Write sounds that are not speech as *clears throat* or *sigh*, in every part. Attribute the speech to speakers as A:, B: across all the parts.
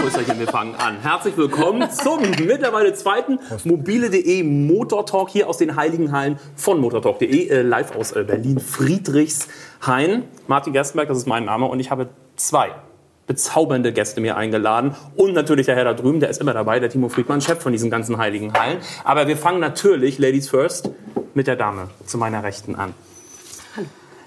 A: Prösterchen, wir fangen an. Herzlich willkommen zum mittlerweile zweiten mobile.de Motortalk hier aus den Heiligen Hallen von motortalk.de, äh, live aus äh, Berlin Friedrichshain. Martin Gerstenberg, das ist mein Name und ich habe zwei bezaubernde Gäste mir eingeladen und natürlich der Herr da drüben, der ist immer dabei, der Timo Friedmann, Chef von diesen ganzen Heiligen Hallen. Aber wir fangen natürlich, Ladies First, mit der Dame zu meiner Rechten an.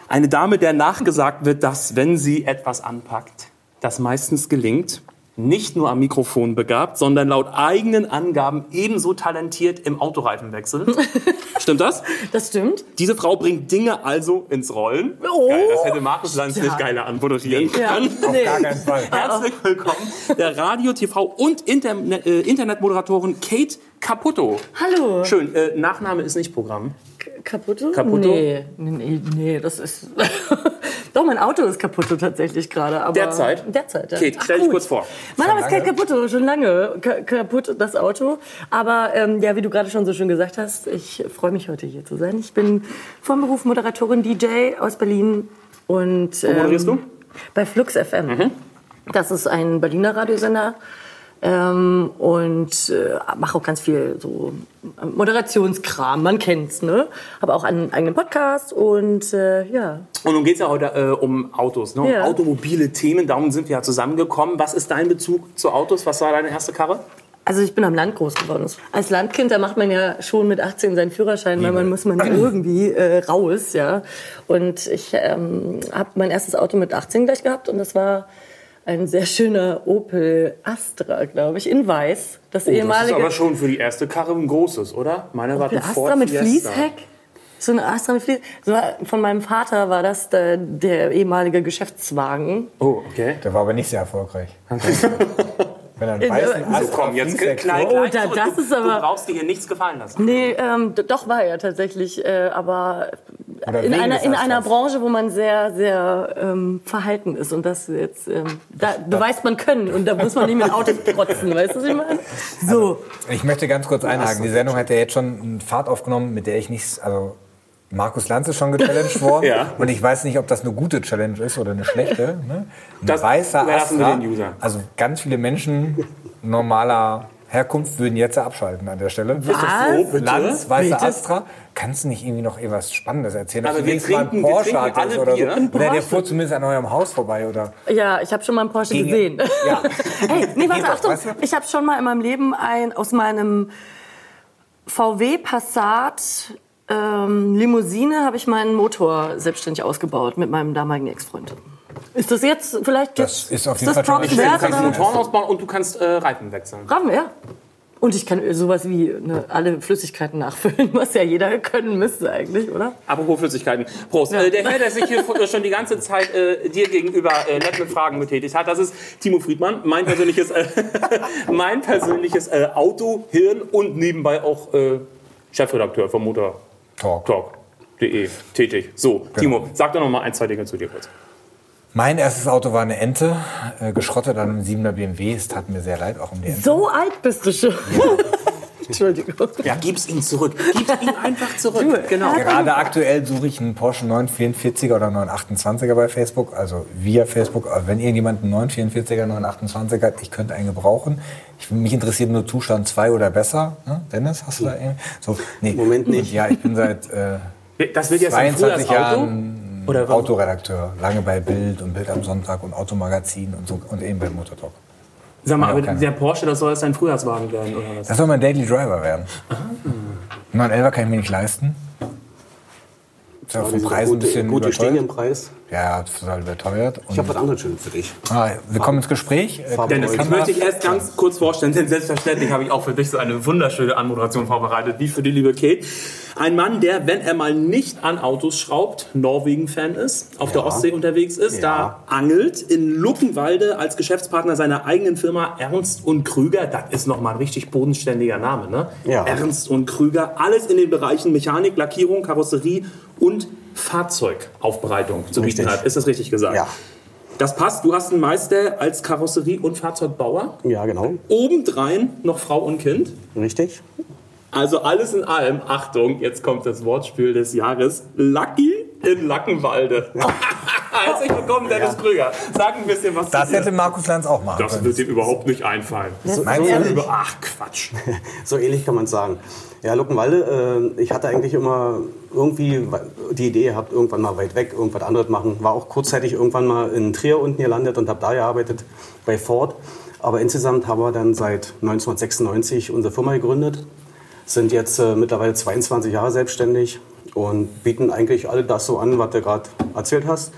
A: Eine Dame, der nachgesagt wird, dass wenn sie etwas anpackt, das meistens gelingt, nicht nur am Mikrofon begabt, sondern laut eigenen Angaben ebenso talentiert im
B: *laughs*
A: Autoreifenwechsel. Stimmt das?
B: Das stimmt.
A: Diese Frau bringt Dinge also ins Rollen.
B: Oh.
A: Geil, das hätte Markus Lanz nicht geiler anmoderieren können.
B: Nee.
C: Gar keinen Fall.
A: *laughs* Herzlich willkommen der Radio, TV und Interne äh, Internetmoderatorin Kate Caputo.
B: Hallo.
A: Schön, äh, Nachname ist nicht Programm.
B: K- Kaputte?
A: Kaputte?
B: Nee, nee, nee, nee, das ist. *laughs* Doch, mein Auto ist kaputt tatsächlich gerade. aber-
A: Derzeit?
B: Derzeit, ja.
A: Kate,
B: Ach,
A: stell dich
B: gut.
A: kurz vor.
B: Mein Name ist Kate Kaputte, schon lange ka kaputt, das Auto. Aber ähm, ja, wie du gerade schon so schön gesagt hast, ich freue mich heute hier zu sein. Ich bin vom Beruf Moderatorin, DJ aus Berlin. Und, ähm,
A: moderierst du?
B: Bei Flux FM. Das ist ein Berliner Radiosender. Ähm, und äh, mache auch ganz viel so ähm, Moderationskram, man kennt's, ne? Habe auch einen eigenen Podcast und äh, ja.
A: Und nun geht es ja heute äh, um Autos, ne? um
B: Ja.
A: automobile Themen. Darum sind wir ja zusammengekommen. Was ist dein Bezug zu Autos? Was war deine erste Karre?
B: Also ich bin am Land groß geworden. Als Landkind, da macht man ja schon mit 18 seinen Führerschein, weil man muss man irgendwie äh, raus, ja. Und ich ähm, habe mein erstes Auto mit 18 gleich gehabt und das war ein sehr schöner Opel Astra, glaube ich, in weiß. Das ehemalige
A: schon für die erste Karre ein großes, oder? Meiner war
B: Opel Astra mit Fließheck. So ein Astra mit Fließheck. So, von meinem Vater war das der, der ehemalige Geschäftswagen.
A: Oh, okay.
C: Der war aber nicht
A: *laughs*
C: sehr erfolgreich. Wenn er einen
B: äh,
C: weißen
B: so,
C: Ast
A: Komm, jetzt klein, klein.
B: Oh, da-
A: so,
B: das
A: du,
B: ist aber-
A: Du brauchst dir hier nichts gefallen lassen.
B: Nee, ähm, d- doch war er tatsächlich, äh, aber
C: Oder
B: in
C: wegen
B: einer,
C: des
B: in einer
C: Astras.
B: Branche, wo man sehr, sehr ähm, verhalten ist. Und das jetzt, ähm, da beweist man Können und da muss man nicht mit Autos protzen, weißt du, was ich meine? So,
C: Ich möchte ganz kurz einhaken. Die Sendung hat ja jetzt schon eine Fahrt aufgenommen, mit der ich nichts. Also Markus Lanz ist schon gechallenged worden.
A: *laughs* Ja.
C: Und ich weiß nicht, ob das eine gute Challenge ist oder eine schlechte. Ne? Ein
A: Das
C: weißer
A: überlassen wir
C: Astra.
A: den Usern.
C: Also ganz viele Menschen normaler Herkunft würden jetzt abschalten an der Stelle.
B: Was?
A: bitte?
C: Lanz, weißer
B: Bitte?
C: Astra. Kannst du nicht irgendwie noch irgendwas Spannendes erzählen?
A: Also
C: du
A: wir
C: nächstes Mal einen
A: trinken- wir
C: Porsche
A: trinken
C: hattest
A: alle
C: oder
A: Bier.
C: so.
A: Ein
C: Oder der
B: Porsche.
C: fuhr zumindest an eurem Haus vorbei oder
B: ja, ich habe schon mal einen Porsche
C: Gegen-
B: gesehen.
C: Ja.
B: *laughs*
C: *laughs*
B: Hey, nee, warte,
C: Geht doch,
B: Achtung,
C: weißt du?
B: ich habe schon mal in meinem Leben ein, aus meinem VW Passat ähm, Limousine habe ich meinen Motor selbstständig ausgebaut mit meinem damaligen Ex-Freund. Ist das jetzt vielleicht
C: Das
B: jetzt,
C: ist auf jeden Fall schon
B: Props
C: ein
A: Du
C: Ja,
B: wert?
A: kannst
C: dann-
B: oder?
A: Motoren ausbauen und du kannst äh, Reifen wechseln.
B: Rahmen, ja. Und ich kann sowas wie ne, alle Flüssigkeiten nachfüllen, *laughs* was ja jeder können müsste eigentlich, oder?
A: Apropos Flüssigkeiten. Prost. Äh, der Herr, der sich hier vor- schon die ganze Zeit äh, dir gegenüber äh, nett mit Fragen betätigt hat, das ist Timo Friedmann, mein persönliches, äh, *laughs* mein persönliches äh, Auto, Hirn und nebenbei auch äh, Chefredakteur vom
C: Talk.
A: Motortalk.de E tätig. So, Timo, sag doch noch mal ein, zwei Dinge zu dir kurz.
C: Mein erstes Auto war eine Ente, äh, geschrottet an einem 7er BMW. Es tat mir sehr leid, auch um die Ente.
B: So alt bist du schon. *laughs* Entschuldigung.
A: Ja, gib's ihn zurück. Gib *laughs* ihn einfach zurück. genau.
C: Gerade aktuell suche ich einen Porsche 944er oder 928er bei Facebook, also via Facebook. Aber Wenn irgendjemand einen 944er, 928er hat, ich könnte einen gebrauchen. Ich, mich interessiert nur Zustand 2 oder besser. Ne? Dennis, hast du da irgendwie? So, nee.
A: Moment nicht.
C: Und ja, ich bin seit äh,
A: Das wird jetzt ein frühes
C: 22
A: Auto.
C: Jahren
A: Oder warum?
C: Autoredakteur. Lange bei Bild und Bild am Sonntag und Automagazin und so und eben bei Motortalk.
A: Sag mal, aber
C: Ja, keine.
A: der Porsche, das soll jetzt ein Frühjahrswagen werden, oder was?
C: Das soll mein Daily Driver werden. 911er kann ich mir nicht leisten. Ist ja
D: Also
C: vom Preis ein bisschen
D: gut gestiegen im
C: überteuert.
D: Preis.
C: Ja, total überteuert.
D: Ich
C: Und,
D: habe was anderes Schönes für dich.
C: ah, wir kommen ins Gespräch. Äh,
A: Dennis, ich
C: Kamera-
A: möchte dich erst ganz kurz vorstellen, denn selbstverständlich habe ich auch für dich so eine wunderschöne Anmoderation vorbereitet, wie für die liebe Kate. Ein Mann, der, wenn er mal nicht an Autos schraubt, Norwegen-Fan ist, auf der Ostsee unterwegs ist, da angelt, in Luckenwalde als Geschäftspartner seiner eigenen Firma Ernst und Krüger, das ist nochmal ein richtig bodenständiger Name, ne?
D: Ja.
A: Ernst und Krüger, alles in den Bereichen Mechanik, Lackierung, Karosserie und Fahrzeugaufbereitung zu bieten
D: Richtig.
A: hat. Ist das richtig gesagt?
D: Ja.
A: Das passt. Du hast einen Meister als Karosserie- und Fahrzeugbauer.
D: Ja, genau.
A: Obendrein noch Frau und Kind.
D: Richtig.
A: Also alles in allem, Achtung, jetzt kommt das Wortspiel des Jahres. Lucky in
C: *laughs*
A: Lackenwalde. Herzlich willkommen, Dennis Krüger. Sag ein bisschen was
C: Das
A: zu dir.
C: hätte Markus Lanz auch machen
A: Das
C: können.
A: wird dir überhaupt nicht einfallen. So,
C: Meinst
A: so
C: du?
A: über, ach, Quatsch.
D: so ähnlich kann man es sagen. Ja, Luckenwalde, äh, ich hatte eigentlich immer irgendwie die Idee gehabt, irgendwann mal weit weg irgendwas anderes machen. War auch kurzzeitig irgendwann mal in Trier unten gelandet und habe da gearbeitet bei Ford. Aber insgesamt haben wir dann seit 1996 unsere Firma gegründet, sind jetzt äh, mittlerweile 22 Jahre selbstständig und bieten eigentlich alle das so an, was du gerade erzählt hast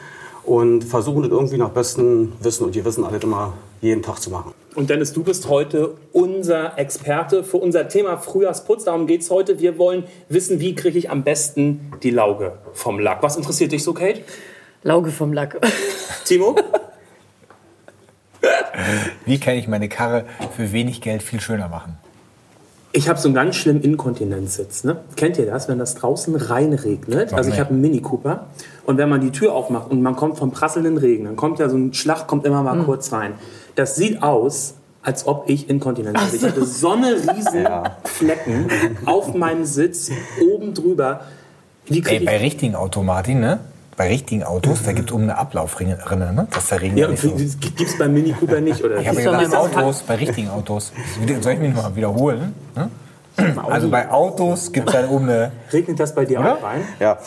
D: und versuchen das irgendwie nach bestem Wissen und Gewissen alles immer jeden Tag zu machen.
A: Und Dennis, du bist heute unser Experte für unser Thema Frühjahrsputz. Darum geht es heute. Wir wollen wissen, wie kriege ich am besten die Lauge vom Lack. Was interessiert dich so, Kate?
B: Lauge vom Lack.
A: Timo?
C: Wie kann ich meine Karre für wenig Geld viel schöner machen?
A: Ich habe so einen ganz schlimmen Inkontinenzsitz. Ne? Kennt ihr das, wenn das draußen reinregnet? Also ich
C: nee.
A: habe einen Mini Cooper und wenn man die Tür aufmacht und man kommt vom prasselnden Regen, dann kommt ja so ein Schlag, kommt immer
C: Hm.
A: mal kurz rein. Das sieht aus, als ob ich Inkontinenz hätte. Ich hatte so eine
C: *laughs*
A: riesen Flecken auf meinem Sitz oben drüber. Die krieg
C: Ey,
A: ich
C: bei richtigen Automaten, ne? Bei richtigen Autos, da gibt es oben eine Ablaufrinne, Rinne, ne? Dass der Regen
A: Ja,
C: nicht
A: und
C: so...
A: das gibt's beim Mini Cooper nicht, oder?
C: *laughs* Ich habe
B: ist doch
C: gedacht,
B: mein
C: Autos, bei richtigen Autos. Soll ich mich nochmal wiederholen? Ne? Also bei Autos gibt es dann oben eine...
A: Regnet das bei dir auch rein?
D: Ja,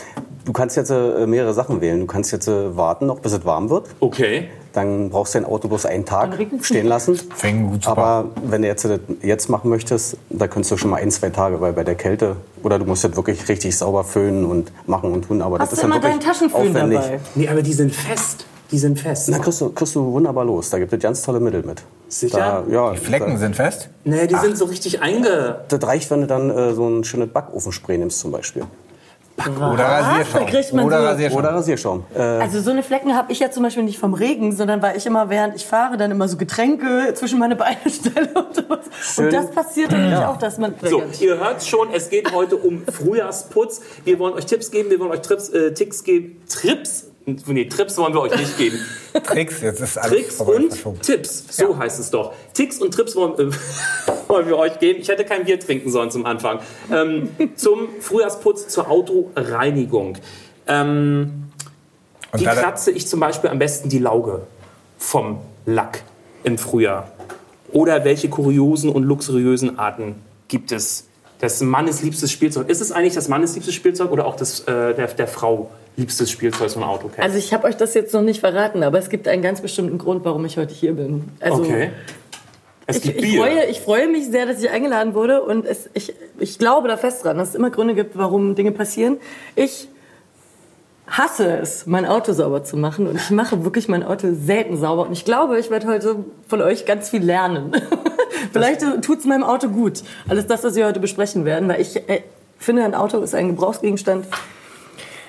D: du kannst jetzt äh, mehrere Sachen wählen. Du kannst jetzt äh, warten, noch bis es warm wird.
A: Okay.
D: Dann brauchst du dein Auto bloß einen Tag
B: Dann regnet's
D: stehen lassen.
C: Fängt gut, super.
D: Aber wenn du jetzt, äh, das jetzt machen möchtest, da kannst du schon mal ein, zwei Tage, weil bei der Kälte oder du musst das wirklich richtig sauber föhnen und machen und tun. Aber
B: Hast
D: das ist
B: du
D: dann
B: immer
D: wirklich
B: deinen Taschenföhn
D: aufwendig.
B: dabei?
A: Nee, aber die sind fest. Die sind fest.
D: Da kriegst du, kriegst du wunderbar los. Da gibt es ganz tolle Mittel mit.
A: Sicher?
D: Da, ja,
C: Die Flecken
D: da,
C: sind fest.
A: Nee, die sind so richtig einge...
D: Das reicht, wenn du dann äh, so ein schönes Backofenspray nimmst zum Beispiel.
C: Oder
B: Da kriegt
C: Rasierschaum.
B: man
C: Oder
B: so-
C: Rasierschaum.
D: Oder Rasierschaum. Äh,
B: Also so eine Flecken habe ich ja zum Beispiel nicht vom Regen, sondern weil ich immer, während ich fahre, dann immer so Getränke zwischen meine Beine *laughs* stelle und sowas. Und das passiert natürlich auch, dass man...
A: So, ihr hört schon, es geht heute um Frühjahrsputz. Wir wollen euch Tipps geben, wir wollen euch Trips, äh, Ticks geben. Trips? Nee, Trips wollen wir euch nicht geben.
C: Tricks, jetzt ist alles
A: Tricks
C: vorbei
A: und
C: verschoben.
A: Tipps, so heißt es doch. Ticks und Trips wollen, äh, *laughs* wollen wir euch geben. Ich hätte kein Bier trinken sollen zum Anfang. Ähm, zum Frühjahrsputz, zur Autoreinigung. Ähm,
C: Und
A: Wie
C: da-
A: kratze ich zum Beispiel am besten die Lauge vom Lack im Frühjahr? Oder welche kuriosen und luxuriösen Arten gibt es? Das Mannes liebstes Spielzeug. Ist es eigentlich das Mannes liebstes Spielzeug oder auch das, äh, der, der Frau liebstes Spielzeug, so ein Auto kennt?
B: Also ich habe euch das jetzt noch nicht verraten, aber es gibt einen ganz bestimmten Grund, warum ich heute hier bin. Also
A: okay. Es
B: ich,
A: gibt
B: ich,
A: Bier.
B: freue, ich freue mich sehr, dass ich eingeladen wurde und es, ich, ich glaube da fest dran, dass es immer Gründe gibt, warum Dinge passieren. Ich hasse es, mein Auto sauber zu machen und ich mache wirklich mein Auto selten sauber und ich glaube, ich werde heute von euch ganz viel lernen. *laughs* Vielleicht tut es meinem Auto gut, alles das, was wir heute besprechen werden, weil ich äh, finde, ein Auto ist ein Gebrauchsgegenstand,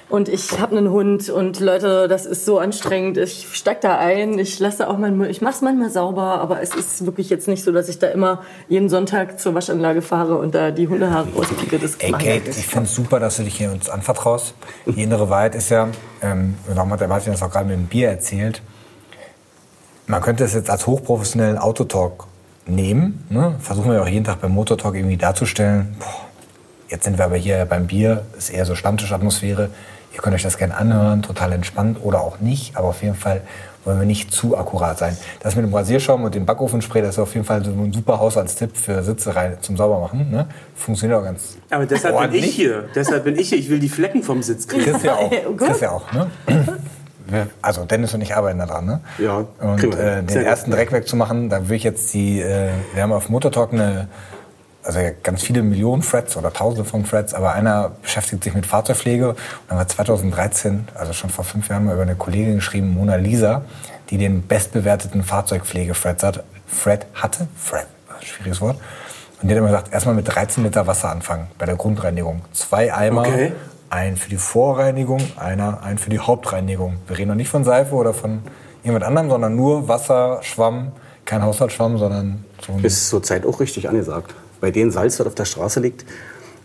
B: und ich habe einen Hund und Leute, das ist so anstrengend. Ich steig da ein, ich lasse auch meinen Müll, ich mache es manchmal sauber, aber es ist wirklich jetzt nicht so, dass ich da immer jeden Sonntag zur Waschanlage fahre und da die Hundehaare rauspicke. Das
C: Ey,
B: mach ich
C: Kate,
B: nicht.
C: ich finde es super, dass du dich hier uns anvertraust. Die innere Wahrheit ist ja, ähm, warum hat der Martin das auch gerade mit dem Bier erzählt? Man könnte es jetzt als hochprofessionellen Autotalk nehmen. Ne? Versuchen wir auch jeden Tag beim Motortalk irgendwie darzustellen. Boah, jetzt sind wir aber hier beim Bier, ist eher so Stammtischatmosphäre. Ihr könnt euch das gerne anhören, total entspannt oder auch nicht. Aber auf jeden Fall wollen wir nicht zu akkurat sein. Das mit dem Rasierschaum und dem Backofenspray, das ist auf jeden Fall so ein super Haushaltstipp für Sitze rein zum Saubermachen. Ne? Funktioniert auch ganz
A: Aber deshalb bin
C: Ordentlich.
A: ich hier. Deshalb bin ich hier. Ich will die Flecken vom Sitz kriegen.
C: Chris ja auch.
B: Gut.
C: Chris ja auch, ne? Wir- *clears throat* Also Dennis und ich arbeiten daran, ne?
D: Ja,
C: Und
D: kriegen wir
C: äh,
D: hin.
C: den
D: Sehr gut.
C: ersten Dreck wegzumachen, da würde ich jetzt die, äh, wir haben auf Motortalk eine, also ganz viele Millionen Threads oder Tausende von Threads, aber einer beschäftigt sich mit Fahrzeugpflege und dann war 2013, also schon vor fünf Jahren, mal über eine Kollegin geschrieben, Mona Lisa, die den bestbewerteten Fahrzeugpflege-Thread hat, Thread hatte, Thread, schwieriges Wort. Und die hat immer gesagt, erstmal mit 13 Liter Wasser anfangen bei der Grundreinigung. Zwei Eimer,
A: Okay.
C: ein für die Vorreinigung, einer ein für die Hauptreinigung. Wir reden noch nicht von Seife oder von jemand anderem, sondern nur Wasser, Schwamm, kein Haushaltsschwamm, sondern so ein
D: ist zurzeit auch richtig angesagt. Bei dem Salz, das auf der Straße liegt,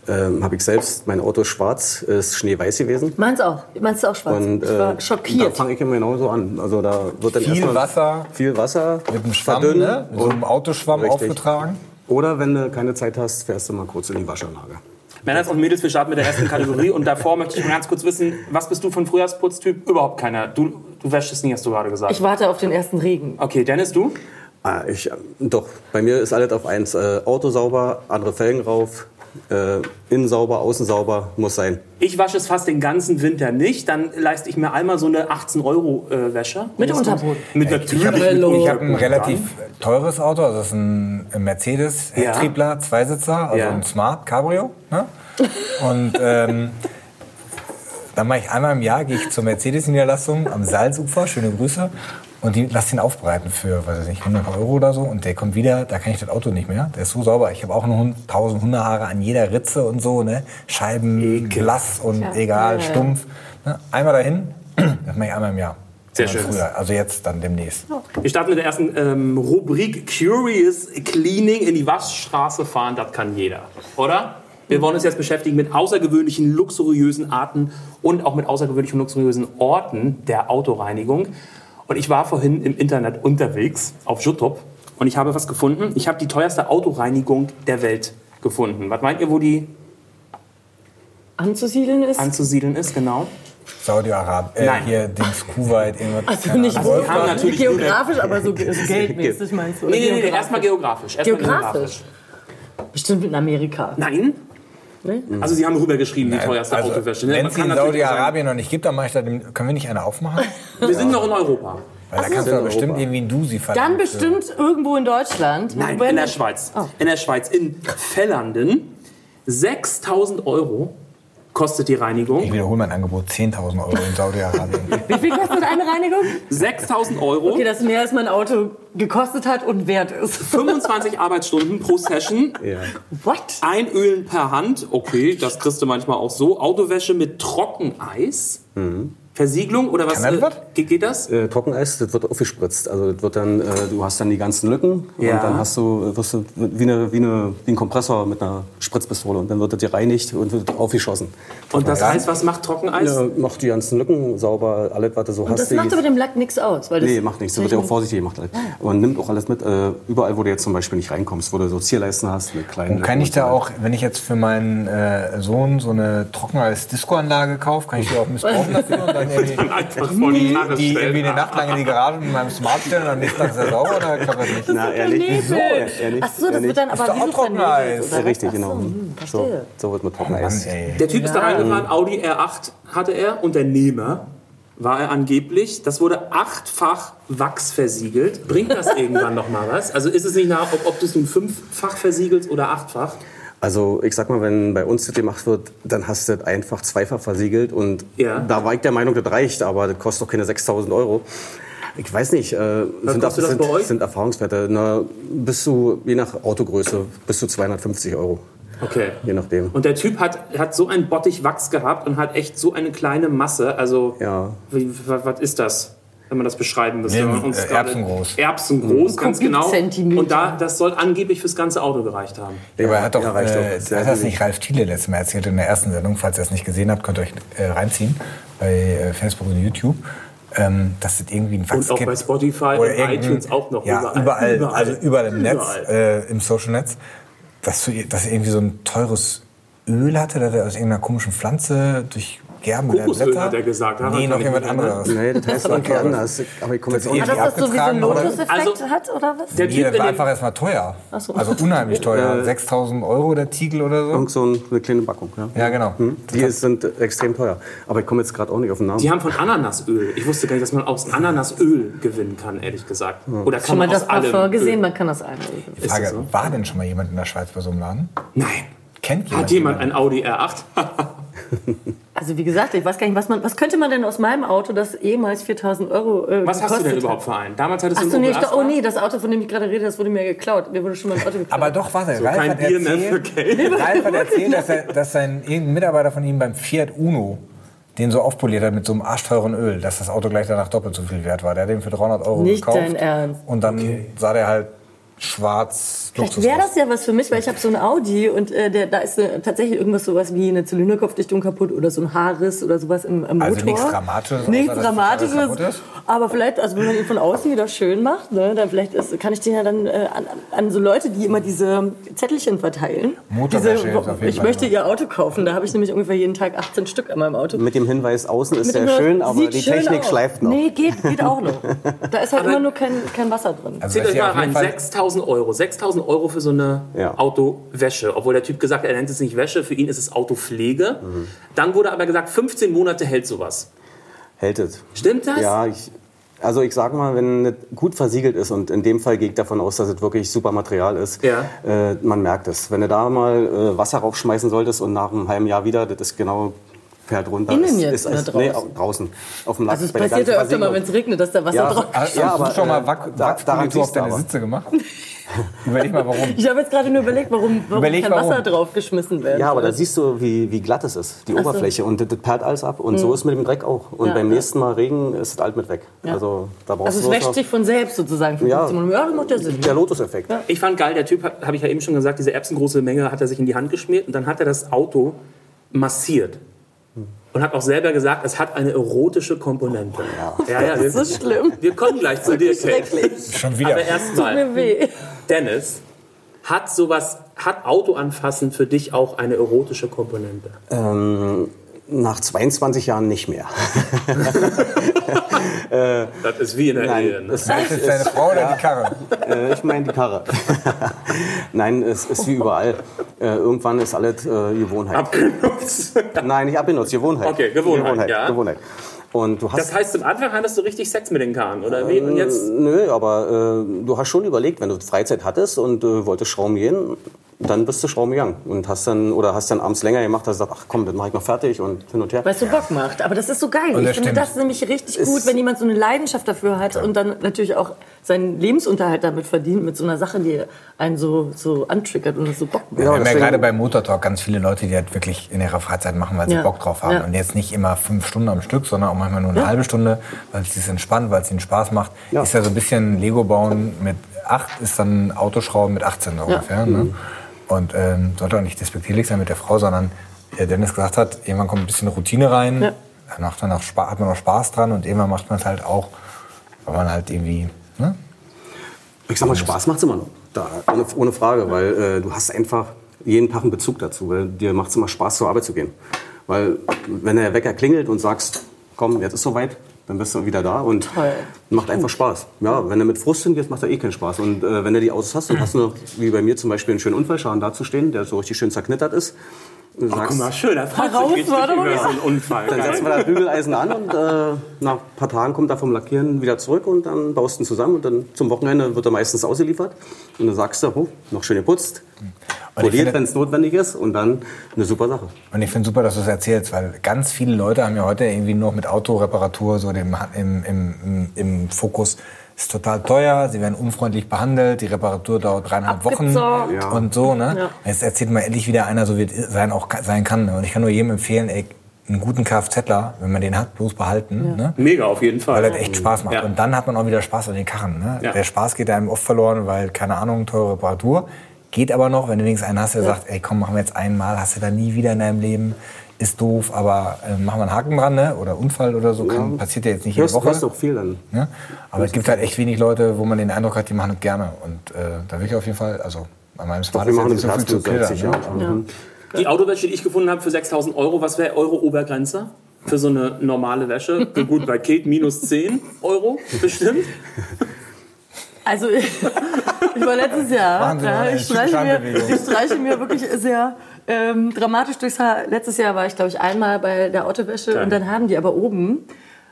D: ähm, habe ich selbst, mein Auto ist schwarz, ist schneeweiß gewesen.
B: Meins auch. Meins ist auch schwarz.
D: Und,
B: ich war
D: äh, Da
B: schockiert.
D: fange ich immer genauso an. Also da wird dann
C: Viel
D: erstmal
C: Wasser.
D: viel Wasser
C: mit einem Schwamm,
D: verdünnen
C: ne? mit so einem
D: und-
C: Autoschwamm
D: Richtig.
C: aufgetragen.
D: Oder wenn du keine Zeit hast, fährst du mal kurz in die Waschanlage.
A: *laughs* Männers und Mädels, wir starten mit der ersten Kategorie. Und davor möchte ich mal ganz kurz wissen, was bist du von Frühjahrsputztyp? Überhaupt keiner. Du, du wäschst es nie, hast du gerade gesagt.
B: Ich warte auf den ersten Regen.
A: Okay, Dennis, du?
D: Ah, ich, ähm, doch, bei mir ist alles auf eins. Äh, Auto sauber, andere Felgen rauf, äh, innen sauber, außen sauber, muss sein.
A: Ich wasche es fast den ganzen Winter nicht. Dann leiste ich mir einmal so eine äh, 18-Euro-Wäsche.
B: Mit Unterboden.
A: Mit
C: Ich habe
A: natürlich. mit
B: Hallo.
C: ich hab ein
A: Unterboden.
C: relativ teures Auto, also das ist ein Mercedes
A: Ja.
C: Hecktriebler, Zweisitzer, also
A: Ja.
C: ein Smart Cabrio. Ne? Und ähm, dann mache ich einmal im Jahr, gehe ich zur Mercedes-Niederlassung am Salzufer, schöne Grüße, und die lasse den aufbereiten für, weiß ich nicht, 100 Euro oder so. Und der kommt wieder, da kann ich das Auto nicht mehr. Der ist so sauber. Ich habe auch noch 1000 Hundehaare an jeder Ritze und so, ne? Scheiben blass und egal, stumpf. Ne? Einmal dahin, *clears throat* das mache ich einmal im Jahr.
A: Sehr
C: Einmal
A: schön.
C: Früher. Also jetzt, dann demnächst.
B: Oh.
A: Wir starten mit der ersten ähm, Rubrik Curious Cleaning in die Waschstraße fahren, das kann jeder, oder? Wir wollen uns jetzt beschäftigen mit außergewöhnlichen, luxuriösen Arten und auch mit außergewöhnlichen, luxuriösen Orten der Autoreinigung. Und ich war vorhin im Internet unterwegs auf Jutop und ich habe was gefunden. Ich habe die teuerste Autoreinigung der Welt gefunden. Was meint ihr, wo die
B: Anzusiedeln ist.
A: anzusiedeln ist? Genau.
C: Saudi-Arab, äh,
A: Nein.
C: hier Dings, Kuwait, irgendwas.
B: also
C: keine
B: nicht
C: Ahnung.
B: wo,
A: kann natürlich
B: geografisch, aber so
A: *laughs*
B: ge- also geldmäßig meinst du. oder
A: Nee, nee, nee,
B: geografisch?
A: erstmal geografisch. Erstmal
B: Geografisch? Bestimmt in Amerika.
A: Nein.
B: Nee?
A: Also sie haben rübergeschrieben, die teuerste
C: Also,
A: Autowäsche.
C: Wenn
A: Man
C: es
A: kann
C: in
A: natürlich auch sagen,
C: Saudi-Arabien noch nicht gibt, dann mache ich da den, können wir nicht eine
B: *laughs*
C: aufmachen?
A: Wir sind noch in Europa.
C: Weil da kannst du
D: in
C: doch bestimmt
D: Europa.
C: irgendwie einen Dusi fallen.
B: Dann bestimmt irgendwo in Deutschland.
A: Nein,
B: Wenn-
A: in der Schweiz.
B: Oh.
A: In der Schweiz, in Fellernden. 6000 Euro kostet die
C: Ich
A: Reinigung.
C: wiederhole mein Angebot, 10.000 Euro
A: *laughs*
C: in Saudi-Arabien.
B: Wie viel kostet eine Reinigung?
A: 6000 Euro,
B: Okay, das ist mehr als mein Auto gekostet hat und wert
D: *laughs*
B: ist.
A: 25 Arbeitsstunden pro Session.
D: Ja.
B: What?
A: Einölen per Hand, okay, das kriegst du manchmal auch so. Autowäsche mit Trockeneis. Versiegelung oder was?
C: Mhm. Kann das
A: äh, Ge- geht das?
D: Äh, Trockeneis, das wird aufgespritzt. Also das wird dann, äh, du hast dann die ganzen Lücken
A: Ja.
D: und dann hast du, äh, wirst du wie, eine, wie, eine, wie ein Kompressor mit einer Spritzpistole und dann wird das gereinigt und wird aufgeschossen.
A: Und das Eis, was macht Trockeneis?
D: Ja, macht die ganzen Lücken sauber, alles, was du so hast.
B: Das macht aber dem Lack nichts aus. Weil das
D: Nee, macht nichts. Da wird ja auch vorsichtig gemacht.
B: Ah.
D: Aber nimmt auch alles mit. Äh, überall, wo du jetzt zum Beispiel nicht reinkommst, wo du so Zierleisten hast, mit kleinen.
C: Und kann ich da
D: Lücken und
C: auch, wenn ich jetzt für meinen äh, Sohn so eine Trockeneis-Disco-Anlage kaufe, kann ich die auch missbrauchen dafür und dann
A: *laughs*
C: irgendwie,
A: Einfach vor die Karre
C: die
A: stellen.
C: irgendwie eine Nacht lang in die Garage mit meinem Smart stellen und am nächsten Tag ist er sauber oder kann man nicht?
D: so weiter? Na, ehrlich.
B: Nebel.
D: So, *laughs* ehrlich.
B: Ach so, das
D: ehrlich.
B: wird dann aber
C: doch auch
B: wie so vernebelt,
C: Trockeneis.
B: oder
D: Ja,
B: was?
D: richtig,
B: Ach so,
D: genau.
B: hm,
D: So,
B: verstehe.
D: so wird mit
C: Mann,
D: Trockeneis.
C: ey.
A: Der Typ ist da reingefahren, Audi R8 hatte er, Unternehmer war er angeblich. Das wurde achtfach Wachs versiegelt. Bringt *laughs* das irgendwann noch mal was? Also ist es nicht nach, ob, ob du es nun fünffach versiegelst oder achtfach?
D: Also ich sag mal, wenn bei uns das gemacht wird, dann hast du das einfach zweifach versiegelt und
A: Ja.
D: da war ich der Meinung, das reicht, aber das kostet doch keine 6000 Euro. Ich weiß nicht, äh,
A: kostet
D: sind,
A: das
D: sind,
A: bei euch?
D: sind Erfahrungswerte. Na, bis zu, je nach Autogröße, bis zu 250 Euro,
A: Okay.
D: je nachdem.
A: Und der Typ hat, hat so einen Bottich Wachs gehabt und hat echt so eine kleine Masse. Also,
D: Ja.
A: wie, wa- was ist das? Wenn man das beschreiben müsste.
C: Nee,
A: Wenn man
C: äh,
A: gerade-
C: Erbsengroß. Mhm.
A: Erbsengroß, ganz genau.
B: Kubikzentimeter.
A: Und da, das soll angeblich fürs ganze Auto gereicht haben.
C: Aber er hat doch,
D: ja, reicht doch.
C: äh,
D: Sehr
C: hat das
D: wenig.
C: nicht Ralf Thiele letztes Mal erzählt in der ersten Sendung? Falls ihr es nicht gesehen habt, könnt ihr euch äh, reinziehen bei äh, Facebook und YouTube. Ähm, dass das irgendwie ein Fax
A: Und auch bei Spotify und iTunes auch noch,
C: Ja,
A: überall.
C: überall.
A: Überall.
C: Also überall im Netz,
A: Überall.
C: Äh, im Social Netz. Dass, du, dass er irgendwie so ein teures Öl hatte, das er aus irgendeiner komischen Pflanze durch Gerben
A: Kokosöl
C: oder Blätter.
A: hat er gesagt, daran
C: Nee,
A: kann
C: noch
A: ich
C: jemand
A: mich erinnern.
C: anderes.
D: Nee, das heißt irgendwie anders. Aber ich komme jetzt
C: Ja,
D: auch nicht
B: Dass das so wie so
C: abgetragen,
B: ein
C: oder?
B: Lotus-Effekt
A: Also-
B: hat, oder was?
A: Der
C: Nee,
A: Typ
C: das
A: in
C: war
A: dem
C: einfach erstmal teuer.
B: so.
C: Also unheimlich
B: *laughs*
A: Äh,
C: teuer. 6000 Euro der Tiegel oder so.
D: Irgend so ein- eine kleine Packung. Ja,
C: Ja, genau.
D: Hm? Die ist- sind extrem teuer. Aber ich komme jetzt gerade auch nicht auf den Namen.
A: Die haben von Ananasöl. Ich wusste gar nicht, dass man aus Ananasöl gewinnen kann, ehrlich gesagt. Oder kann
B: Schon mal
A: man
B: das
A: aus allem
B: davor gesehen,
A: Öl.
B: man kann das einlegen.
A: Ist
C: Frage,
A: das so?
C: war denn schon mal jemand in der Schweiz bei so einem Laden?
A: Nein.
C: Kennt jemand?
A: Hat jemand ein Audi
B: *laughs*
A: R8?
B: Also wie gesagt, ich weiß gar nicht, was, man, was könnte man denn aus meinem Auto, das ehemals 4.000 Euro äh,
A: Was hast du
B: gekostet
A: denn
B: hat?
A: überhaupt für einen? Damals hattest du
B: Achso,
A: einen
B: nee,
A: Opel
B: ich dachte, oh
A: Astra?
B: nee, das Auto, von dem ich gerade rede, das wurde mir geklaut. Mir wurde schon mal ein Auto geklaut.
C: Aber doch, warte, Ralf,
A: Kein
C: hat
A: Bier mehr für
C: erzählt,
A: Geld. *laughs*
C: Ralf hat erzählt, dass, er, dass sein irgendein Mitarbeiter von ihm beim Fiat Uno den so aufpoliert hat mit so einem arschteuren Öl, dass das Auto gleich danach doppelt so viel wert war. Der hat den für 300 Euro
B: Nicht
C: gekauft.
B: dein Ernst.
C: Und dann sah der halt schwarz
B: Vielleicht
C: Luxus
B: wäre
C: aus.
B: das ja was für mich, weil ich habe so ein Audi und äh, der, da ist äh, tatsächlich irgendwas sowas wie eine Zylinderkopfdichtung kaputt oder so ein Haarriss oder sowas im, im Motor.
C: Also nichts Dramatisches,
B: Nichts
C: außer dass
B: Dramatisches.
C: total was kaputt ist.
B: Aber vielleicht, also wenn man ihn von außen wieder schön macht, ne, dann vielleicht ist, kann ich den ja dann äh, an, an so Leute, die immer diese Zettelchen verteilen.
C: Motorwäsche
B: Diese,
C: ist auf jeden
B: ich
C: Fall
B: möchte
C: noch.
B: ihr Auto kaufen. Da habe ich nämlich ungefähr jeden Tag 18 Stück an meinem Auto.
D: Mit dem Hinweis, außen ist
B: Mit dem
D: sehr
B: Hör-
D: schön, aber
B: sieht
D: die
B: schön
D: Technik
B: aus.
D: schleift noch.
B: Nee, geht, geht auch *laughs* noch. Da ist halt
A: Aber-
B: immer nur kein, kein Wasser drin.
C: Also
A: Zählt
C: was
A: euch
C: ihr
A: mal
C: auf jeden
A: rein,
C: Fall-
A: 6.000 Euro. 6.000 Euro für so eine
D: Ja.
A: Autowäsche. Obwohl der Typ gesagt hat, er nennt es nicht Wäsche, für ihn ist es Autopflege.
C: Mhm.
A: Dann wurde aber gesagt, 15 Monate hält sowas.
D: Hält es.
A: Stimmt das?
D: Ja, ich, also ich sag mal, wenn es gut versiegelt ist, und in dem Fall gehe ich davon aus, dass es wirklich super Material ist,
A: Ja.
D: äh, man merkt es. Wenn du da mal äh, Wasser raufschmeißen solltest und nach einem halben Jahr wieder, das ist genau fährt runter.
B: Innen
D: ist,
B: jetzt
D: ist,
B: oder
D: ist,
B: draußen?
D: Nee, au- draußen. Auf dem Lack.
B: Also es
D: bei der
B: passiert ja
D: ganzen
B: öfter mal, wenn
D: Versiegelung.
B: es regnet, dass da Wasser
D: Ja,
B: drauf
D: ah,
C: Hast,
D: Ja,
C: hast
D: aber,
C: du schon
D: äh,
C: mal Wack-
D: da- daran
C: Wackpolitur auf
D: siehst du
C: deine
D: aber.
C: Sitze gemacht? *laughs* Überleg mal, warum.
B: Ich habe jetzt gerade nur überlegt, warum, warum
C: Überleg,
B: kein
C: warum.
B: Wasser draufgeschmissen werden
D: Ja, aber
B: soll.
D: da siehst du, wie, wie glatt es ist, die
B: so. Hm.
D: Oberfläche. Und das, das perlt alles ab. Und so ist mit dem Dreck auch. Und
B: Ja,
D: beim
B: ja.
D: nächsten Mal Regen ist es alt mit weg.
B: Ja.
D: Also da brauchst
B: also es
D: du
B: wäscht
D: bloß
B: sich von selbst sozusagen. Von
D: Ja.
B: ja. ja, das macht ja Sinn.
D: noch- der Lotus-Effekt.
A: Ich fand geil, der Typ, habe ich ja eben schon gesagt, diese Erbsengroße Menge hat er sich in die Hand geschmiert und dann hat er das Auto massiert. Und hat auch selber gesagt, es hat eine erotische Komponente. ja, ja,
B: Das ist so schlimm.
A: *laughs* Wir kommen gleich zu dir, Kate.
B: Schrecklich.
C: Schon wieder.
A: Aber erstmal,
B: Mir weh.
A: Dennis, hat sowas, hat Auto anfassen für dich auch eine erotische Komponente?
D: Ähm, nach 22 Jahren nicht mehr.
A: Das ist wie in der Ehe. Ne?
D: es
C: Ist es deine Frau oder die Karre?
D: äh, ich meine die Karre. *laughs* Nein, es ist wie überall. Äh, irgendwann ist alles äh, Gewohnheit.
A: Abgenutzt.
D: Nein, nicht abgenutzt, Gewohnheit.
A: Okay, Gewohnheit,
D: Gewohnheit,
A: ja.
D: Gewohnheit. Und du hast
A: Das heißt, am Anfang hattest du richtig Sex mit den Kahn, oder wie? Und jetzt,
D: Nö, aber äh, du hast schon überlegt, wenn du Freizeit hattest und äh, wolltest Schrauben gehen, dann bist du Schrauben gegangen und hast dann oder hast dann abends länger gemacht, hast gesagt, ach komm, das mache ich noch fertig und hin und her.
B: Weil es so Bock macht. Aber das ist so geil.
C: das
B: ich finde
C: stimmt.
B: das nämlich richtig gut, wenn jemand so eine Leidenschaft dafür hat und dann natürlich auch seinen Lebensunterhalt damit verdient, mit so einer Sache, die einen so, so antriggert und das so Bock macht.
D: Genau,
C: Wir haben ja
D: deswegen-
C: gerade bei Motortalk ganz viele Leute, die halt wirklich in ihrer Freizeit machen, weil sie
B: Ja.
C: Bock drauf haben.
B: Ja.
C: Und jetzt nicht immer fünf Stunden am Stück, sondern auch manchmal nur eine halbe Stunde, weil es sich entspannt, weil es ihnen Spaß macht.
D: Ja.
C: Ist ja so ein bisschen Lego bauen mit acht, ist dann Autoschrauben mit 18 so ungefähr. Ne? Und ähm, sollte auch nicht despektierlich sein mit der Frau, sondern wie der Dennis gesagt hat, irgendwann kommt ein bisschen Routine rein,
B: Ja.
C: dann macht man auch Spaß, hat man auch Spaß dran und irgendwann macht man es halt auch, weil man halt irgendwie, ne?
D: Ich sag mal, Spaß macht's immer noch. Da, ohne, ohne Frage, weil äh, du hast einfach jeden Tag einen Bezug dazu, weil dir macht's immer Spaß, zur Arbeit zu gehen. Weil wenn der Wecker klingelt und sagst, komm, jetzt ist soweit, dann bist du wieder da und
B: Toll.
D: macht einfach Spaß. Ja, wenn du mit Frust hingehst, macht er eh keinen Spaß. Und äh, wenn du die Autos hast und hast nur, wie bei mir zum Beispiel, einen schönen Unfallschaden dazustehen, der so richtig schön zerknittert ist, und du sagst,
A: schön, da freut
B: Heraus, warte mal.
A: so einen Unfall.
D: dann
A: Geil.
D: setzen wir das Bügeleisen an und äh, nach ein paar Tagen kommt er vom Lackieren wieder zurück und dann baust du ihn zusammen und dann zum Wochenende wird er meistens ausgeliefert und dann sagst du, oh, noch schön geputzt,
C: Und ich
D: poliert,
C: finde-
D: wenn es notwendig ist und dann eine super Sache.
C: Und ich finde super, dass du es erzählst, weil ganz viele Leute haben ja heute irgendwie nur noch mit Autoreparatur so dem, im, im, im, im Fokus. Ist total teuer, sie werden unfreundlich behandelt, die Reparatur dauert dreieinhalb Wochen
B: Abgezockt.
D: Ja.
C: und so. Ne?
B: Ja.
C: Jetzt erzählt mal endlich wieder einer, so wie es sein, auch ka- sein kann. Ne? Und ich kann nur jedem empfehlen, ey, einen guten Kfzler, wenn man den hat, bloß behalten. Ne?
A: Mega, auf jeden Fall.
C: Weil das echt Spaß macht.
A: Ja.
C: Und dann hat man auch wieder Spaß an den Karren. Ne?
A: Ja.
C: Der Spaß geht einem oft verloren, weil, keine Ahnung, teure Reparatur. Geht aber noch, wenn du links einen hast, der sagt, ey komm, machen wir jetzt einmal, hast du da nie wieder in deinem Leben. Ist doof, aber äh, machen wir einen Haken dran, ne? Oder Unfall oder so. Kann, Passiert ja jetzt nicht jede
D: Hörst, hörst
C: Woche.
D: auch viel dann.
C: Ne? Aber es gibt halt echt wenig Leute, wo man den Eindruck hat, die machen es gerne. Und äh, da will ich auf jeden Fall, also an meinem Smart
D: Wir machen im
C: jetzt nicht
D: Platz
C: so
D: mit
C: viel zu
D: 60
C: killern. Ne?
D: Jahren. Mhm.
A: Die Autowäsche, die ich gefunden habe für 6.000 Euro, was wäre eure Obergrenze? Für so eine normale Wäsche? Gut, bei Kate minus 10 Euro bestimmt.
B: Also *laughs* ich, ich war letztes Jahr,
C: Wahnsinn,
B: ja,
C: oder?
B: ich,
C: Typische
B: streiche mir,
C: Handbewegung.
B: ich streiche mir wirklich sehr ähm, dramatisch durchs Haar. Letztes Jahr war ich, glaube ich, einmal bei der Autowäsche
A: Geil.
B: und dann haben die aber oben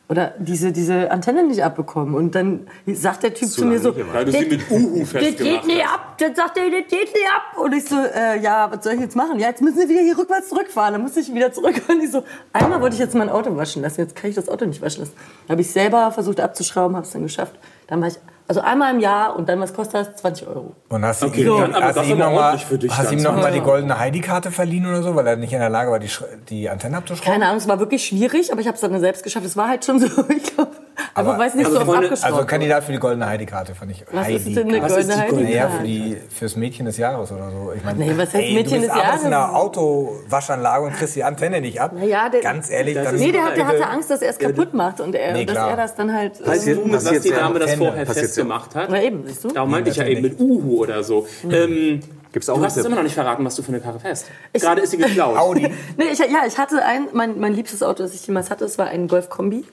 B: oder diese, diese Antennen nicht abbekommen. Und dann sagt der Typ zu mir so,
A: Weil du sie mit Uhu
B: das geht
A: festgemacht
B: nicht
A: hast.
B: ab. Dann sagt er, das geht nicht ab. Und ich so, äh, ja, was soll ich jetzt machen? Ja, jetzt müssen wir wieder hier rückwärts zurückfahren. Dann muss ich wieder zurück. *laughs* Und ich so, einmal wollte ich jetzt mein Auto waschen lassen. Jetzt kann ich das Auto nicht waschen lassen. Habe ich selber versucht abzuschrauben, habe es dann geschafft. Dann war ich, also einmal im Jahr und dann, was kostet das? 20 Euro.
C: Und hast
A: Okay,
C: du ihm,
A: dann- aber
C: hast
A: das
C: du ihm
A: aber
C: noch mal,
A: ordentlich für dich
C: hast
A: dann.
C: ihm noch mal die goldene Heidi-Karte verliehen oder so, weil er nicht in der Lage war, die, Sch- die Antenne abzuschrauben?
B: Keine Ahnung, es war wirklich schwierig, aber ich habe es dann selbst geschafft. Es war halt schon so, *laughs* ich glaube, Aber, weiß nicht
A: also
B: so oft
A: Freunde,
B: abgesprochen.
C: also Kandidat für die goldene Heidi-Karte fand ich.
B: was ist denn eine
C: Heidi-Karte.
B: goldene
A: die goldene-
C: Naja,
B: Heidi-Karte?
C: für die, fürs Mädchen des Jahres oder so. Ich meine,
B: Nee, was heißt
C: ey,
B: Mädchen
C: du
B: des
C: bist abends in
B: Jahres?
C: einer Autowaschanlage und kriegst die Antenne nicht ab.
B: Ja, der-
C: Ganz ehrlich,
A: Das
C: dann
A: ist-
B: Nee, der, hat, der hatte
A: Bitte.
B: Angst, dass er es kaputt macht und er,
C: Nee,
B: dass
C: klar.
B: er das dann halt.
A: Weißt
B: ähm,
A: du, mit was
D: passiert
A: die
D: sehr
A: Dame das
C: oft.
A: vorher
D: Passiert
A: festgemacht hat?
B: na eben, siehst du?
A: Darum meinte ich ja eben
C: natürlich
A: mit Uhu oder so.
B: Mhm.
A: Ähm,
D: Gibt's auch
A: du
D: einen
A: hast es
D: Tipp?
A: immer noch nicht verraten, was du für eine Karre fährst. Gerade ist sie geklaut.
B: *laughs*
C: Audi.
B: Nee, ich, ja, ich hatte ein, mein, mein liebstes Auto, das ich jemals hatte, es war ein Golf-Kombi.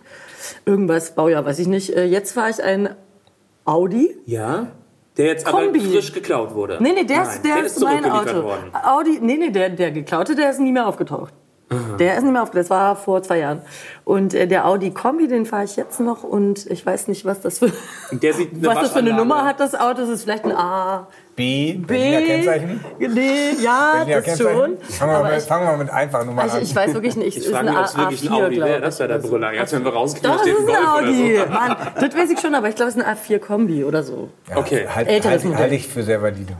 B: Irgendwas, Baujahr, weiß ich nicht. Äh, Jetzt fahre ich ein Audi.
A: Ja, der jetzt
B: Kombi.
A: aber frisch geklaut wurde.
B: Nee, nee, der, ist,
A: Nein,
B: der ist mein
A: zurückgeliefert
B: Auto.
A: Worden.
B: Audi, nee, nee, der, der geklaute, der ist nie mehr aufgetaucht. Der ist nicht mehr aufgetaucht, das war vor zwei Jahren. Und äh, der Audi Kombi, den fahre ich jetzt noch und ich weiß nicht, was das für,
A: Der sieht eine
B: was das für eine
A: Waschanlage.
B: Nummer hat, das Auto. Das ist vielleicht ein A,
C: B, Berliner
B: B,
C: Kennzeichen.
B: nee, ja,
C: Berliner
B: das
C: Kennzeichen.
B: schon.
C: Fangen wir,
B: Aber
C: mal mit,
B: ich-
C: fangen wir mal mit einfachen Nummern
B: Also
C: an.
B: ich weiß wirklich nicht, es
A: Ich
B: ist
A: frage
B: ein
A: mich, ob es
B: A4,
A: wirklich ein Audi
B: glaube
A: wäre.
B: ich.
A: Das wäre der Brüller. Jetzt wenn wir rausgehen,
B: Doch, das
A: steht
B: ist ein
A: Golf *laughs*
B: Audi.
A: oder so.
B: Mann, das weiß ich schon, aber ich glaube, es ist ein A4-Kombi oder so.
C: Ja,
A: Okay.
C: Halt,
B: Älteres
C: halt,
B: Modell.
C: halte ich für sehr valide.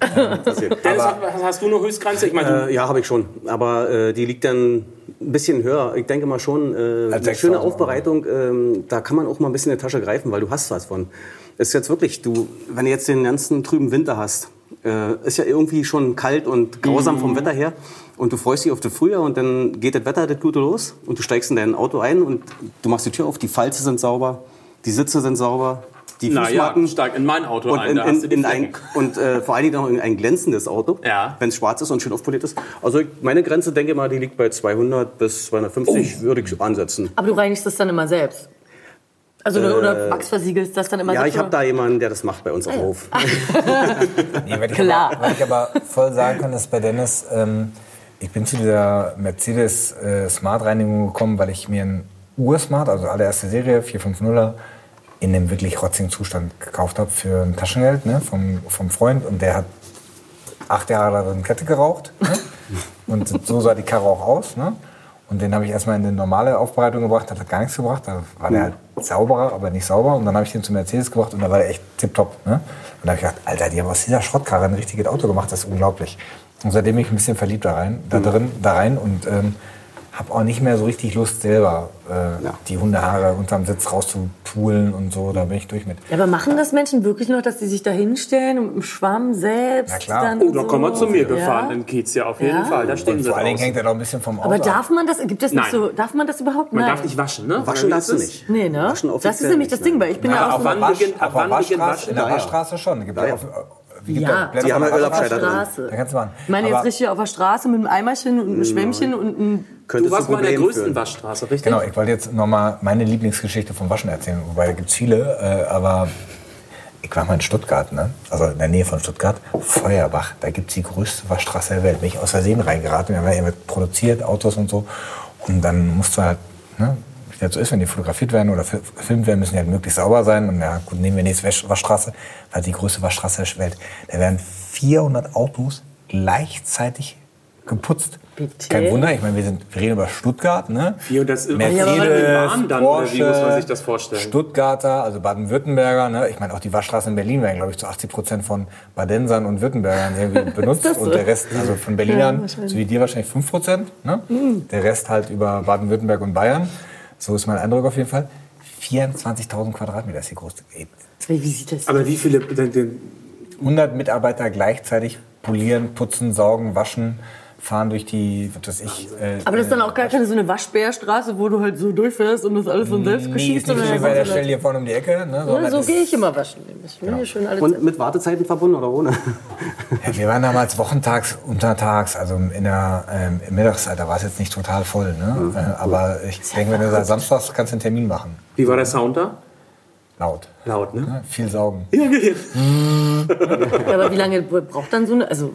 A: Dennis, hast, hast du eine Höchstgrenze? Ich meine,
D: Äh, ja, habe ich schon. Aber äh, die liegt dann ein bisschen höher. Ich denke mal schon, äh, eine
C: 6000
D: schöne
C: Euro.
D: Aufbereitung, ähm, da kann man auch mal ein bisschen in die Tasche greifen, weil du hast was von. Ist jetzt wirklich, du, wenn du jetzt den ganzen trüben Winter hast, äh, ist ja irgendwie schon kalt und grausam
A: Mhm.
D: vom Wetter her. Und du freust dich auf das Frühjahr und dann geht das Wetter das Gute los und du steigst in dein Auto ein und du machst die Tür auf, die Falze sind sauber, die Sitze sind sauber, die
A: na ja,
D: Fußmarken
A: steig in mein Auto
D: und,
A: ein.
D: in,
A: da hast
D: in,
A: du die
D: in ein,
A: Flecken.
D: und äh, vor allen Dingen auch in ein glänzendes Auto,
A: Ja.
D: wenn es schwarz ist und schön aufpoliert ist. Also ich, meine Grenze, denke mal, die liegt bei 200 bis 250,
A: Oh.
D: würde ich ansetzen.
B: Aber du reinigst das dann immer selbst. Also du- oder wachsversiegelst das dann immer
D: Ja,
B: selbst.
D: ich habe da jemanden, der das macht bei uns
B: Ah
D: auf dem Hof.
C: Nee, was ich
B: Klar.
C: Aber, was ich aber voll sagen kann, ist bei Dennis, ähm, ich bin zu dieser Mercedes äh, Smart-Reinigung gekommen, weil ich mir einen Ur-Smart, also allererste Serie, 450er, in einem wirklich rotzigen Zustand gekauft habe für ein Taschengeld ne, vom, vom Freund. Und der hat acht Jahre darin Kette geraucht. Ne? Und so sah die Karre auch aus. Ne? Und den habe ich erstmal in eine normale Aufbereitung gebracht, hat gar nichts gebracht. Da war der halt sauberer, aber nicht sauber. Und dann habe ich den zu Mercedes gebracht und da war der echt tipptopp. Ne? Und da habe ich gedacht, Alter, die haben aus dieser Schrottkarre ein richtiges Auto gemacht, das ist unglaublich. Und seitdem bin ich ein bisschen verliebt da rein, da drin, da rein und ähm, habe auch nicht mehr so richtig Lust, selber äh,
D: Ja.
C: die Hundehaare unterm Sitz rauszupulen und so. Da bin ich durch mit.
B: ja, aber machen das Menschen wirklich noch, dass sie sich da hinstellen und mit dem Schwamm selbst
C: Na klar.
B: dann
C: Oh,
A: Da
B: so-
A: kommen wir zu mir gefahren
B: Ja?
A: in Kiez, ja, auf jeden
B: Ja.
A: Fall. Da stehen
C: Und
A: sie
C: vor allen Dingen
A: draußen.
C: hängt er doch ein bisschen vom Auto
B: Aber
C: ab.
B: darf man das, gibt es nicht
A: Nein.
B: so, darf man das überhaupt?
A: Man
B: Nein.
A: darf nicht waschen, ne?
D: Waschen
A: Oder wie
D: darfst
A: ist
D: du
A: es?
D: nicht.
B: Nee, ne?
D: Waschen
B: Das ist
D: offiziell
B: nämlich das
D: nicht, ne?
B: Ding,
D: nein.
B: weil ich bin
C: Ja,
B: ja
C: Also auf,
B: auch so
A: wann
C: der
A: beginnt-
C: Waschstraße,
A: ab
C: auf der
A: wann beginnt
C: Waschstraße, in der
D: Waschen?
C: Waschstraße schon. Gibt ja.
D: Ja,
C: auf,
D: ja.
C: wie gibt
B: Ja.
C: da Blätter
D: Die haben
C: auf
D: ja
C: der
D: Ölabscheider
C: Waschstraße?
B: drin.
C: Da kannst du machen.
B: Ich meine jetzt
C: Aber-
B: richtig auf der Straße mit einem Eimerchen und einem Schwämmchen und einem...
A: Du
D: Könnte zu
A: warst mal in der
D: Problemen
A: größten
D: führen.
A: Waschstraße, richtig?
C: Genau, ich wollte jetzt nochmal meine Lieblingsgeschichte vom Waschen erzählen, wobei da gibt es viele, äh, aber ich war mal in Stuttgart, ne? also in der Nähe von Stuttgart, Feuerbach, da gibt es die größte Waschstraße der Welt. Bin ich aus Versehen reingeraten, wir haben ja eben produziert, Autos und so. Und dann musst du halt, ne? wie das so ist, wenn die fotografiert werden oder fil- gefilmt werden, müssen die halt möglichst sauber sein. Und ja, gut, nehmen wir nächste Wasch- Waschstraße, weil die größte Waschstraße der Welt. Da werden 400 Autos gleichzeitig geputzt.
B: Bitte?
C: Kein Wunder, ich meine, wir, sind, wir reden über Stuttgart, ne?
A: Ja, und das- Oh
C: Mercedes,
A: Ja, aber mit dem Arm dann, oder wie
C: Porsche,
A: muss man sich das vorstellen?
C: Stuttgarter, also Baden-Württemberger, ne? ich meine, auch die Waschstraßen in Berlin werden, glaube ich, zu 80 Prozent von Badensern und Württembergern
B: *laughs*
C: irgendwie benutzt
B: das so?
C: und der Rest, also von Berlinern,
B: Ja, wahrscheinlich. Mhm.
C: so wie dir wahrscheinlich 5 Prozent, ne? der Rest halt über Baden-Württemberg und Bayern, so ist mein Eindruck auf jeden Fall. 24.000 Quadratmeter ist die große, ey,
B: Wie sieht das
A: Aber wie viele. Den, den,
C: 100 Mitarbeiter gleichzeitig polieren, putzen, saugen, waschen, fahren durch die, was weiß ich, äh,
B: Aber das ist dann auch gar keine so eine Waschbärstraße, wo du halt so durchfährst und das alles von selbst
C: Nee,
B: geschießt.
C: ist nicht so wie
B: sondern
C: bei der
B: einfach so-
C: Stelle hier vorne um die Ecke. Ne?
B: Ja,
C: sondern
B: so
C: das-
B: gehe ich immer waschen. Ich
A: Genau.
B: will hier schön alles
D: Und mit Wartezeiten verbunden oder ohne?
C: Ja, Äh, wir waren damals wochentags, untertags, also in der ähm, im Mittagszeit, da war es jetzt nicht total voll. Ne? Äh, aber ich denke, wenn du sagst, samstags kannst du einen Termin machen.
A: wie war der Sound da?
C: Laut.
A: Laut, ne?
C: Ne? Viel saugen.
B: Ja, aber wie lange braucht dann so eine, also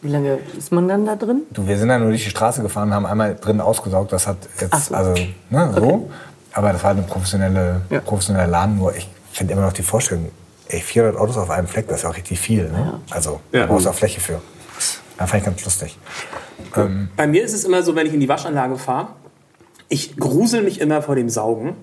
B: wie lange ist man dann da drin?
C: Du, wir sind dann nur durch die Straße gefahren, haben einmal drin ausgesaugt. Das hat
B: Ach
C: jetzt,
B: so.
C: also, ne, so. Aber das war eine professionelle,
B: Ja.
C: professionelle Laden. Nur ich finde immer noch die Vorstellung, ey, 400 Autos auf einem Fleck, das ist auch richtig viel. Ne? Also,
A: Ja.
C: da brauchst du auch Fläche für. Da fand ich ganz lustig.
A: Bei mir ist es immer so, wenn ich in die Waschanlage fahre, ich grusel mich immer vor dem Saugen.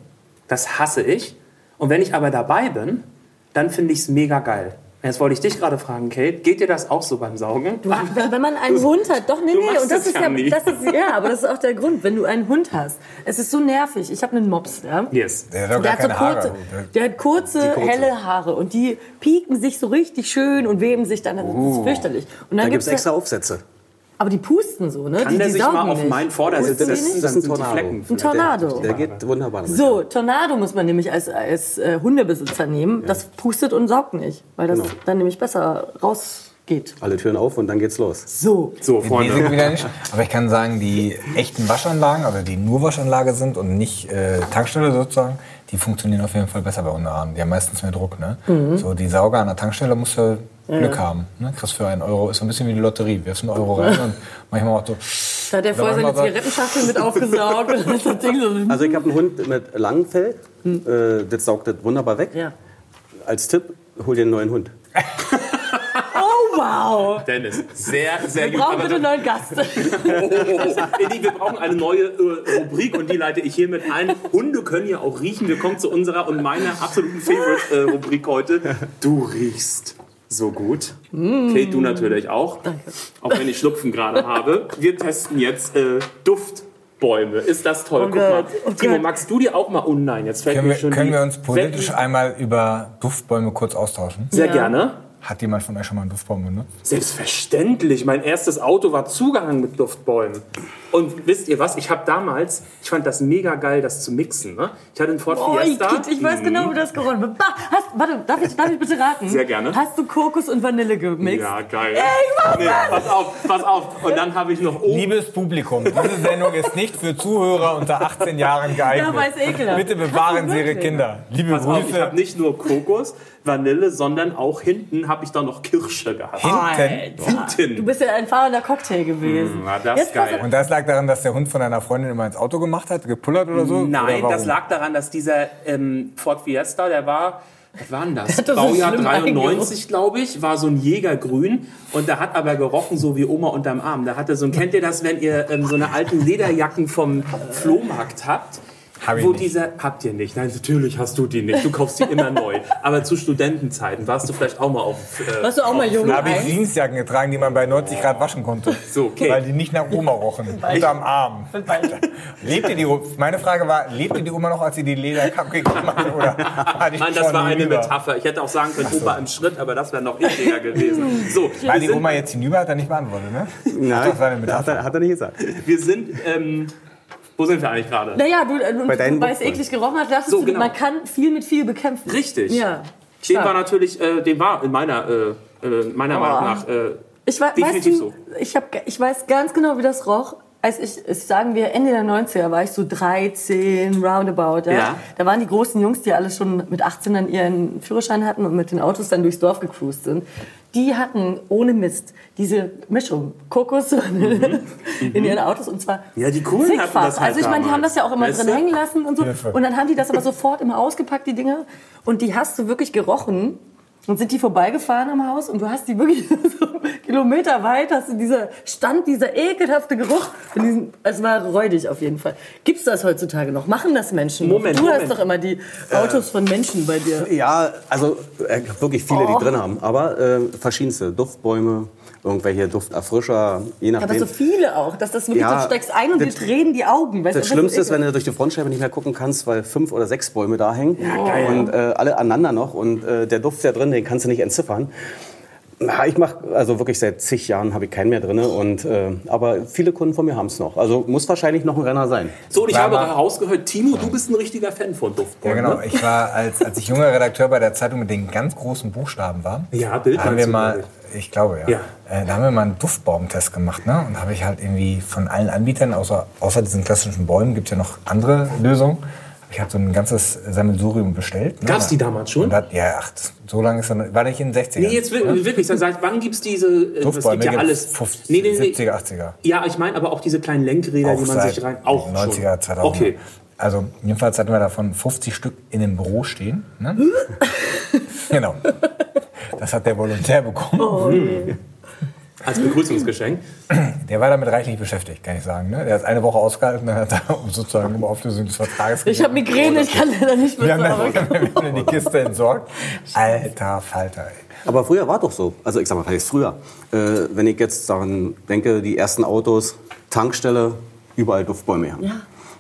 A: Das hasse ich. Und wenn ich aber dabei bin, dann finde ich es mega geil. Jetzt wollte ich dich gerade fragen, Kate, geht dir das auch so beim Saugen?
B: Du, wenn wenn man einen Hund hat, doch, nee,
A: du
B: nee,
A: machst
B: und das
A: es
B: ist
A: ja
B: ja,
A: nie.
B: das ist, ja, aber das ist auch der Grund, wenn du einen Hund hast. Es ist so nervig. Ich habe einen Mops, ja.
A: Yes.
C: Der hat doch gar
B: Der hat, so
C: keine Haare.
B: kurze, der hat kurze, helle Haare und die pieken sich so richtig schön und weben sich dann. Das
A: Oh.
B: ist fürchterlich. Und
D: Da
B: dann
D: gibt es
B: gibt's
D: extra Aufsätze.
B: Aber die pusten so, ne?
A: Kann
B: die,
A: der
B: die
A: sich
B: saugen
A: mal auf
B: nicht.
A: meinen Vordersitz
B: Pusten die
A: setzen?
B: nicht?
A: Dann sind die
D: Tornado.
A: Flecken.
B: Ein Tornado.
D: Der geht wunderbar. damit.
B: So, Tornado muss man nämlich als, als äh, Hundebesitzer nehmen. Das pustet und saugt nicht, weil das
D: Genau.
B: dann nämlich besser rausgeht.
D: Alle Türen auf und dann geht's los.
B: So.
A: So,
C: Die sind
A: Freunde.
C: wieder nicht. *laughs* Aber ich kann sagen, die echten Waschanlagen, also die nur Waschanlage sind und nicht äh, Tankstelle sozusagen, die funktionieren auf jeden Fall besser bei Unterarmen. Die haben meistens mehr Druck. Ne?
A: Mhm.
C: So, die Sauger an der Tankstelle musst du Glück haben. Ne? Kriegst für einen Euro, ist so ein bisschen wie die Lotterie. Wirfst einen Euro rein und manchmal auch so.
B: Da hat er vorher
C: Wenn man
B: seine
C: mal sagt-
B: Zigarettenschachtel
A: *laughs*
B: mit aufgesaugt und dann ist das Ding so.
D: Also ich habe einen Hund mit langem Fell.
B: Hm.
D: Äh, das saugt das wunderbar weg.
B: Ja.
D: Als Tipp, hol dir einen neuen Hund.
B: Oh wow!
A: Dennis, sehr, sehr
B: Wir
A: gut.
B: brauchen
A: Aber-
B: bitte einen
A: *laughs*
B: neuen Gast.
A: Oh, oh, oh. Eddie, wir brauchen eine neue äh, Rubrik und die leite ich hiermit ein. Hunde können ja auch riechen. Wir kommen zu unserer und meiner absoluten Favorite-Rubrik heute. Du riechst so gut.
B: Mm.
A: Kate, du natürlich auch. Danke. Auch wenn ich Schlupfen gerade habe. Wir testen jetzt äh, Duftbäume. Ist das toll?
B: Oh
A: Guck mal.
B: Gott, oh
A: Timo,
B: Gott.
A: magst du dir auch mal? Oh nein, jetzt fällt
C: Können
A: mir
C: wir,
A: schon
C: können
A: die
C: wir uns politisch
A: Wetten-
C: einmal über Duftbäume kurz austauschen?
A: Sehr
B: Ja.
A: gerne.
C: Hat jemand von euch schon mal einen Duftbaum benutzt?
A: Selbstverständlich. Mein erstes Auto war zugehangen mit Duftbäumen. Und wisst ihr was? Ich habe damals, ich fand das mega geil, das zu mixen. Ne? Ich hatte einen Ford
B: Oh, ich,
A: Fiesta.
B: ich weiß genau, wie das geronnen wird. Bah, hast, warte, darf ich, darf ich bitte raten?
A: Mhm. Sehr gerne.
B: Hast du Kokos und Vanille gemixt?
A: Hm, Ja, geil.
B: ich mach
A: nee, pass auf, pass auf. Und dann habe ich noch oben.
C: Liebes Publikum, diese Sendung ist nicht für Zuhörer unter 18 Jahren geeignet.
B: Ja, aber ist ekelhaft.
A: *laughs*
C: Bitte bewahren
B: Hast
C: Sie
B: du
C: Ihre
B: wirklich?
C: Kinder. Liebe
A: Pass auf, ich
C: Grüße.
A: habe nicht nur Kokos, Vanille, sondern auch hinten habe ich da noch Kirsche gehabt.
C: Hinten.
A: Hinten.
B: Du bist ja ein fahrender Cocktail gewesen.
A: Na, das
B: Jetzt pass
A: geil.
C: Und das lag daran, dass der Hund von deiner Freundin immer ins Auto gemacht hat, gepullert oder so? oder
A: Nein,
C: warum?
A: das lag daran, dass dieser ähm, Ford Fiesta, der war, was war
C: *laughs*
A: denn das?
B: Hat doch so
A: Baujahr
B: schlimm
A: 93, glaube ich, war so ein Jägergrün und der hat aber gerochen so wie Oma unterm Arm. Da hatte so ein, kennt ihr das, wenn ihr ähm, so eine alten Lederjacken vom Flohmarkt habt?
C: Hab ich
A: wo
C: nicht.
A: dieser habt ihr nicht. Nein, natürlich hast du die nicht. Du kaufst die immer neu. Aber zu Studentenzeiten warst du vielleicht auch mal auf. Äh,
B: Warst du auch mal jung?
C: Da habe ich
B: Eis?
C: Jeansjacken getragen, die man bei 90 Grad waschen konnte.
A: So, okay.
C: Weil die nicht nach Oma rochen. Unterm Arm. Lebte die, meine Frage war, lebte die Oma noch, als sie die *laughs* Lederkappe gegeben hat? Oder hatte ich
A: Nein, das
C: schon
A: war eine
C: hinüber?
A: Metapher. Ich hätte auch sagen können, Opa im Schritt, aber das wäre noch ekliger gewesen. So,
C: War
A: wir
C: die
A: sind-
C: Oma jetzt hinüber, hat er nicht beantwortet, ne?
D: Nein,
C: das war eine Metapher.
D: Hat er, hat er nicht gesagt.
A: Wir sind. Ähm, wo sind wir eigentlich gerade?
B: Naja, du, äh, und
D: Bei deinen
B: weil es
D: Wurzeln.
B: eklig gerochen hat, dachtest
A: So,
B: du,
A: genau.
B: man kann viel mit viel bekämpfen.
A: Richtig. Den
B: Ja. Stark.
A: war natürlich, äh, den war in meiner, äh, äh, meiner Meinung nach. Äh,
B: Ich, wei- weißt
A: Definitiv
B: du,
A: so.
B: ich, hab, ge- ich weiß ganz genau, wie das roch. Als ich, ich sagen wir, Ende der 90er war ich so 13, roundabout. Ja?
A: Ja.
B: Da waren die großen Jungs, die alle schon mit 18 dann ihren Führerschein hatten und mit den Autos dann durchs Dorf gecruised sind. Die hatten ohne Mist diese Mischung Kokos *laughs* in ihren Autos und zwar
A: Mhm. Ja, die Coolen hatten
B: Zickfack.
A: das halt
B: Also ich meine, die haben
A: damals.
B: das ja auch immer
A: Weißt
B: drin
A: du?
B: hängen lassen und so.
C: Ja, voll.
B: Und dann haben die das aber sofort immer ausgepackt, die Dinger. Und die hast du wirklich gerochen. Und sind die vorbeigefahren am Haus und du hast die wirklich *laughs* so Kilometer weit, hast du dieser Stand, dieser ekelhafte Geruch. von diesen- Es war räudig auf jeden Fall. Gibt's das heutzutage noch? Machen das Menschen? noch?
A: Moment,
B: du
A: Moment.
B: hast doch immer die
D: Äh,
B: Autos von Menschen bei dir.
D: Ja, also äh, wirklich viele,
B: Oh.
D: die drin haben. Aber äh, verschiedenste Duftbäume, irgendwelche Dufterfrischer, je nachdem.
B: Aber so viele auch, dass das wirklich,
D: Ja,
B: du steckst ein und dir
D: das-
B: drehen die Augen. Weißt du,
D: Das Schlimmste ist, wenn du durch die Frontscheibe nicht mehr gucken kannst, weil fünf oder sechs Bäume da hängen und äh, alle aneinander noch und äh, der Duft da drin, den kannst du nicht entziffern. Na, Ich mache also wirklich seit zig Jahren habe ich keinen mehr drin und äh, aber viele Kunden von mir haben es noch. Also muss wahrscheinlich noch ein Renner sein.
A: so, ich
C: War
A: habe
C: mal-
A: herausgehört, Timo, du bist ein richtiger Fan von
C: Ja,
A: Duftbäumen.
C: genau.
A: Ne?
C: Ich war, als, als ich junger Redakteur bei der Zeitung mit den ganz großen Buchstaben war,
A: Ja, Bild
C: haben
A: meinst
C: wir
A: du,
C: mal,
A: glaub
C: ich glaube, ja,
A: Ja.
C: Äh, da haben wir mal einen Duftbaumtest gemacht. Ne? Und da habe ich halt irgendwie von allen Anbietern, außer, außer diesen klassischen Bäumen, gibt es ja noch andere Lösungen. Hab Ich habe so ein gantes Sammelsurium bestellt. Ne?
A: Gab's die damals schon?
C: Und hat, ja, ach, das- so lange ist dann, war ich in den 60ern.
A: Nee, jetzt wir- wirklich, dann sag ich, wann gibt's diese, äh, es
C: Duftbäume
A: gibt ja
C: gibt's
A: alles.
C: 50,
A: Nee, nee, nee.
C: 70er, 80er.
A: Ja, ich meine aber auch diese kleinen Lenkräder, die man
C: seit
A: sich rein... Auch
C: 90er,
A: schon.
C: 2000.
A: Okay.
C: Also jedenfalls hatten wir davon 50 Stück in dem Büro stehen. Ne? *laughs* genau. Das hat der Volontär bekommen.
A: Als Begrüßungsgeschenk.
C: Der war damit reichlich beschäftigt, kann ich sagen. Ne? Der hat eine Woche ausgehalten, dann hat er *laughs* um sozusagen um Auflösung des Vertrages
B: *laughs* ich habe Migräne, ich kann leider nicht
C: Wir
B: mehr zurück.
C: haben *laughs* dann wir haben dann die Kiste entsorgt. Alter Falter, ey.
D: Aber früher war doch so. Also ich sag mal, was heißt früher? Äh, wenn ich jetzt daran denke, die ersten Autos, Tankstelle, überall Duftbäume. Ja.
B: Ja.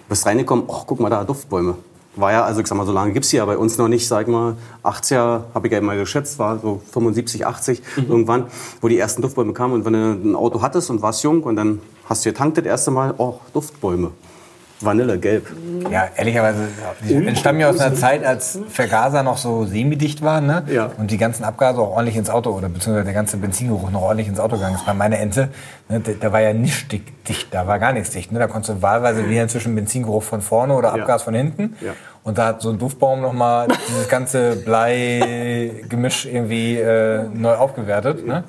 D: Bist reingekommen, ach guck mal da, Duftbäume. War ja, also ich sag mal, so lange gibt's die ja bei uns noch nicht, sag ich mal, 80er, habe ich ja immer geschätzt, war so 75, 80 irgendwann, wo die ersten Duftbäume kamen. Und wenn du ein Auto hattest und warst jung und dann hast du getankt das erste Mal, oh, Duftbäume. Vanille, gelb.
C: Ja, ehrlicherweise, die
D: Mhm.
C: entstammen ja aus einer Zeit, als Vergaser noch so semidicht waren ne?
D: Ja.
C: und die ganzen Abgase auch ordentlich ins Auto oder beziehungsweise der ganze Benzingeruch noch ordentlich ins Auto gegangen ist. Bei meiner Ente, ne, da, da war ja nicht dicht, dicht, da war gar nichts dicht. Ne? Da konntest du wahlweise wieder zwischen Benzingeruch von vorne oder
D: Ja.
C: Abgas von hinten.
D: Ja.
C: Und da hat so ein Duftbaum nochmal dieses ganze Blei-Gemisch irgendwie äh, neu aufgewertet. Ne?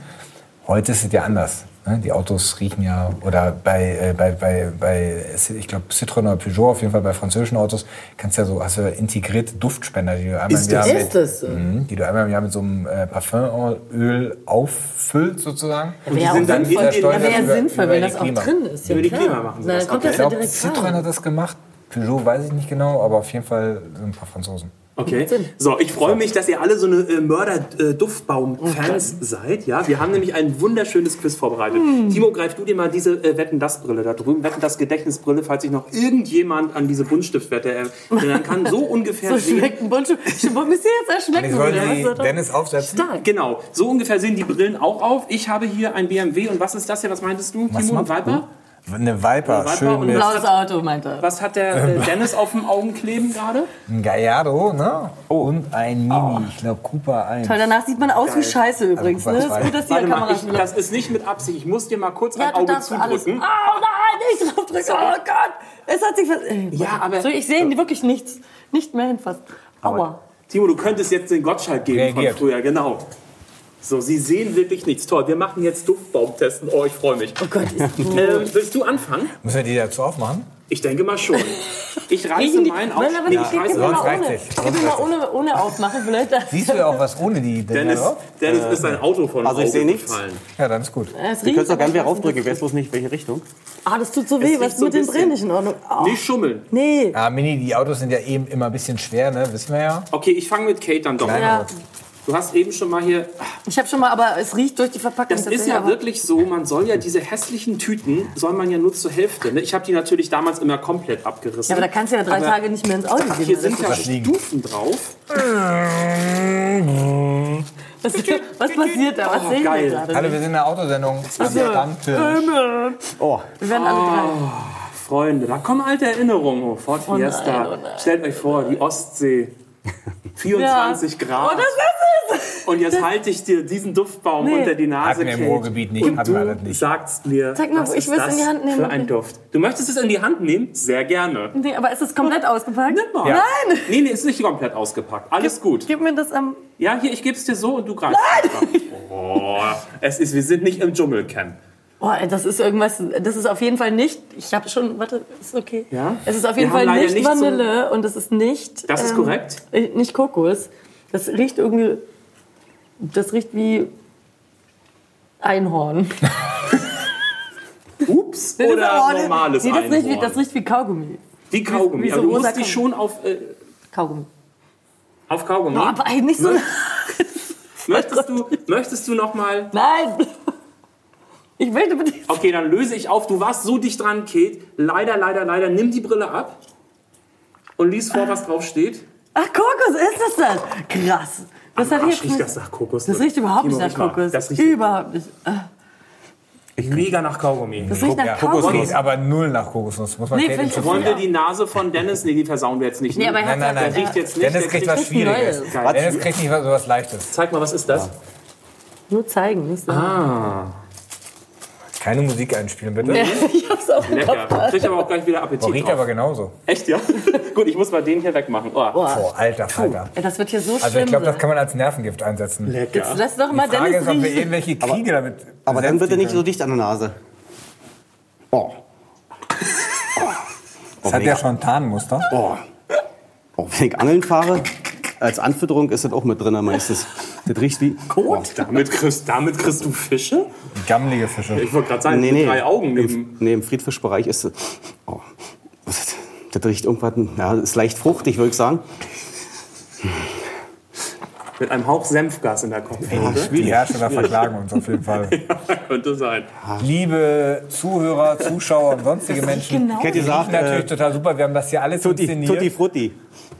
C: Heute ist es ja anders. Ne? Die Autos riechen ja, oder bei, äh, bei, bei, bei ich glaube, Citroën oder Peugeot, auf jeden Fall bei französischen Autos, kannst ja so, hast du ja integrierte Duftspender, die du einmal
D: Ist
C: im Jahr
D: das-
C: mit,
B: Ist das so?
C: Mhm, die du einmal im Jahr mit so einem äh, Parfümöl auffüllst sozusagen.
B: Wäre ja auch
A: sind dann
B: sinnvoll,
A: in den-
B: ja, wär ja
C: über-
B: sinnvoll
C: über
B: wenn
C: die
B: das auch
C: Klima.
B: drin ist. Ja,
A: Über die
B: klar.
A: Klima machen sie
B: Na,
A: das,
B: dann kommt
A: okay.
B: das
C: Ich
B: ja
C: glaube,
B: direkt
C: Citroën
B: rein.
C: hat das gemacht. Peugeot weiß ich nicht genau, aber auf jeden Fall sind ein paar Franzosen.
A: Okay. So, ich freue mich, dass ihr alle so eine äh,
B: Oh,
A: Mörder-Duftbaum-Fans seid. Ja, wir haben nämlich ein wunderschönes Quiz vorbereitet.
B: Hm.
A: Timo, greif du dir mal diese äh, Wetten-Das-Brille da drüben, Wetten-Das-Gedächtnisbrille, falls sich noch irgendjemand an diese Buntstiftwette äh, erinnern kann.
B: *laughs*
A: So ungefähr
B: So
A: sehen.
B: schmeckt ein Buntschuh. Müsst ihr jetzt erschmecken
C: Jetzt wollen
B: wieder.
C: Sie
B: Das war doch
C: Dennis aufsetzen.
B: Stark.
A: Genau, so ungefähr sehen die Brillen auch auf. Ich habe hier ein BMW und was ist das hier? Was meintest du, Timo? Ein
C: macht
A: Viper?
C: Eine Viper,
A: Viper
C: schön
A: und
C: mit
B: Blaues Auto, meint er.
A: Was hat der äh, Dennis auf dem Augenkleben gerade?
C: einem Gallardo ne? und ein Mini, ich glaube Cooper 1.
B: Toll, danach sieht man aus wie Scheiße übrigens. Ne?
C: Also,
B: Ist gut, dass die
A: Warte mal,
B: Kamera
A: ich, das ist nicht mit Absicht. Ich muss dir mal kurz
B: Ja,
A: ein
B: du
A: Auge
B: darfst alles. Oh
A: zudrücken.
B: nein, ich drauf drücke. Oh Gott, es hat sich. ver- Ey,
A: Ja,
B: Mann.
A: aber-
B: So, ich sehe wirklich nichts. Nicht mehr hinfasst. Aua.
A: Timo, du könntest jetzt den Gottschalk geben
C: Reagiert.
A: von früher, genau. So, sie sehen wirklich nichts. Toll, wir machen jetzt Duftbaumtesten. Oh, ich freue mich.
B: Oh Gott, ist
A: Ähm, willst du anfangen?
C: Müssen wir die dazu aufmachen?
A: Ich denke mal
B: *laughs*
A: schon. Ich reiße
B: Riechen die-
A: meinen
B: Nein, aber die
A: auf.
B: gib mir mal
C: sonst reicht's
B: ohne.
C: nicht.
B: Gib
C: Sonst
B: mir mal
C: reicht's
B: ohne, ohne aufmachen, vielleicht. das- *laughs*
C: Siehst du ja auch was ohne die denn
A: Dennis,
C: da drauf?
A: Dennis ist ein Auto von
D: also ich
A: Auge
D: sehe nichts.
A: gefallen.
C: Ja, dann ist gut.
B: Es
D: Du
B: riecht
D: könntest doch
B: aber
D: gerne wieder
B: scheiße.
D: raufdrücken, ich weiß bloß nicht, welche Richtung.
B: Ah, das tut so weh.
A: riecht
B: Was ist
A: so
B: mit
A: ein
B: den Brillen
A: bisschen.
B: nicht in Ordnung? Oh,
A: Nicht schummeln.
B: nee.
C: Ja, Ah, Mini, die Autos sind ja eben immer ein bisschen schwer, ne? wissen wir ja.
A: Okay, ich fange mit Kate dann doch.
C: Kleine
B: Ja.
C: Autos.
A: Du hast eben schon mal hier.
B: Ich habe schon mal, aber es riecht durch die Verpackung.
A: Das ist
B: tatsächlich,
A: ja
B: aber-
A: wirklich so, man soll ja diese hässlichen Tüten, soll man ja nur zur Hälfte. Ne? Ich habe die natürlich damals immer komplett abgerissen.
B: Ja, aber da kannst du ja drei
A: Aber
B: Tage nicht mehr ins Auto gehen.
A: Hier
B: oder?
A: sind ja
C: was liegen.
A: Stufen drauf.
B: was, was passiert da? Was
A: Oh,
B: sehen
A: geil.
B: wir gerade?
C: Hallo, wir sind in der Autosendung. Am
B: Ähm,
C: Stammtisch.
D: Oh,
B: Wir werden
A: Ah.
B: alle
A: Freunde, da kommen alte Erinnerungen hoch. Fort Fiesta.
B: nein, oh nein.
A: Stellt euch vor, die
B: *laughs*
A: Ostsee. 24 Grad.
B: drei. Oh, das ist es!
A: und jetzt halte ich dir diesen Duftbaum
B: Nee.
A: unter die Nase.
C: Hatten wir im
A: Kate.
C: Ruhrgebiet nicht,
A: Und
C: hatten wir
A: du
C: alles nicht.
A: sagst mir,
B: Zeig mal,
A: was
B: ich
A: ist
B: will's in
A: das
B: die Hand nehmen,
A: für ein
B: bitte.
A: Duft. Du möchtest es in die Hand nehmen? Sehr gerne.
B: Nee, aber ist es komplett ausgepackt?
A: mal.
B: Nein!
A: Nee, nee, ist nicht komplett ausgepackt. Alles gut.
B: Gib mir das am.
A: Ja, hier, ich geb's dir so und du greifst. Nein! Oh, es ist, wir sind nicht im Dschungelcamp.
B: Oh, ey, das ist irgendwas. Das ist auf jeden Fall nicht. Ich habe schon. Warte, ist okay.
A: Ja?
B: Es ist auf
A: Wir
B: jeden
A: haben
B: Fall
A: leider
B: nicht,
A: nicht so-
B: Vanille und es ist nicht.
A: Das ist
B: ähm,
A: korrekt.
B: äh, Nicht Kokos. Das riecht irgendwie. Das riecht wie.
A: *laughs*
B: Einhorn.
A: Ups,
B: Das ist
A: oder
B: aber-
A: normales
B: nee, das riecht, wie,
A: Einhorn.
B: das riecht wie Kaugummi.
A: Wie Kaugummi.
B: wie so
A: Aber du
B: rosa
A: musst dich
B: Kaugummi.
A: schon auf, äh,
B: Kaugummi.
A: auf Kaugummi.
B: Aber ey, nicht so.
A: Ne? Möchtest du, möchtest du noch mal?
B: *laughs* Nein! Ich möchte bitte.
A: Okay, dann löse ich auf. Du warst so dicht dran, Kate. Leider, leider, leider. Nimm die Brille ab und lies vor, was drauf steht.
B: Ach, Kokos ist das das? Krass. Das hat
A: Arsch,
B: hier.
A: riecht das nach Kokos. ne?
B: Das riecht überhaupt
A: Timo,
B: nicht nach
A: riech mal.
B: Kokos.
A: Das riecht
B: überhaupt nicht. Äh,
A: mega nach Kaugummi.
B: Das riecht nach
C: Ja, Kokos
B: Kaugummi.
C: riecht aber null nach Kokosnuss. Muss man
B: Nee,
C: Kate
B: finde ich-
C: hinzufügen.
A: Wollen wir die Nase von Dennis? Nee, die versauen wir jetzt nicht.
B: Nee, aber er
C: Nein,
B: hat
C: nein,
B: gesagt,
C: nein.
A: Der riecht jetzt nicht.
C: Dennis
A: der
C: kriegt
A: kriegt-
C: was Schwieriges.
B: Neues.
A: Geil.
C: Dennis kriegt nicht was, was Leichtes.
A: Zeig mal, was ist das?
B: Nur zeigen, nicht so.
A: Ah,
C: Keine Musik einspielen, bitte.
B: *laughs* ich hab's auf dem Kopf.
A: lecker. Kriegt Oh, aber auch gleich wieder
C: Boah,
A: Appetit.
C: riecht
A: drauf.
C: aber genauso.
A: Echt, ja? *laughs* Gut, ich muss mal den hier wegmachen. Oh.
B: Boah,
C: Boah, alter Falter.
B: ey, das wird hier so
C: Also
B: schlimm.
C: ich glaube, das
B: sein.
C: kann man als Nervengift einsetzen.
B: Jetzt lass doch
C: Die
B: mal
C: Frage
B: Dennis
C: ist, ob wir
B: riechen.
C: irgendwelche Kriege damit
D: aber dann wird er nicht so
C: besänftigen
D: dicht an der Nase. Oh.
C: können. Das hat ja schon ein Tarnmuster.
D: Oh. oh. Wenn ich angeln fahre, als Anfütterung ist das auch mit drin meistens. Das riecht wie
A: Oh,
D: Kot.
A: Damit kriegst, damit kriegst du Fische?
C: Gammelige Fische.
A: Ich wollte gerade sagen, mit drei Augen nehmen.
D: Im, nee, im Friedfischbereich ist das. Oh. Was ist das? das riecht irgendwas. Ja, ist leicht fruchtig, würde ich sagen.
A: mit einem Hauch Senfgas in der Kopfhaube.
C: Die Hersteller verklagen uns auf jeden Fall.
D: *laughs*
A: Könnte sein.
D: Ah.
C: Liebe Zuhörer, Zuschauer und sonstige Menschen,
B: genau.
C: die
D: gesagt,
C: riechen Oh, natürlich
D: äh,
C: total super. Wir haben das hier alles
D: Tutti,
C: inszeniert.
D: Tutti Frutti.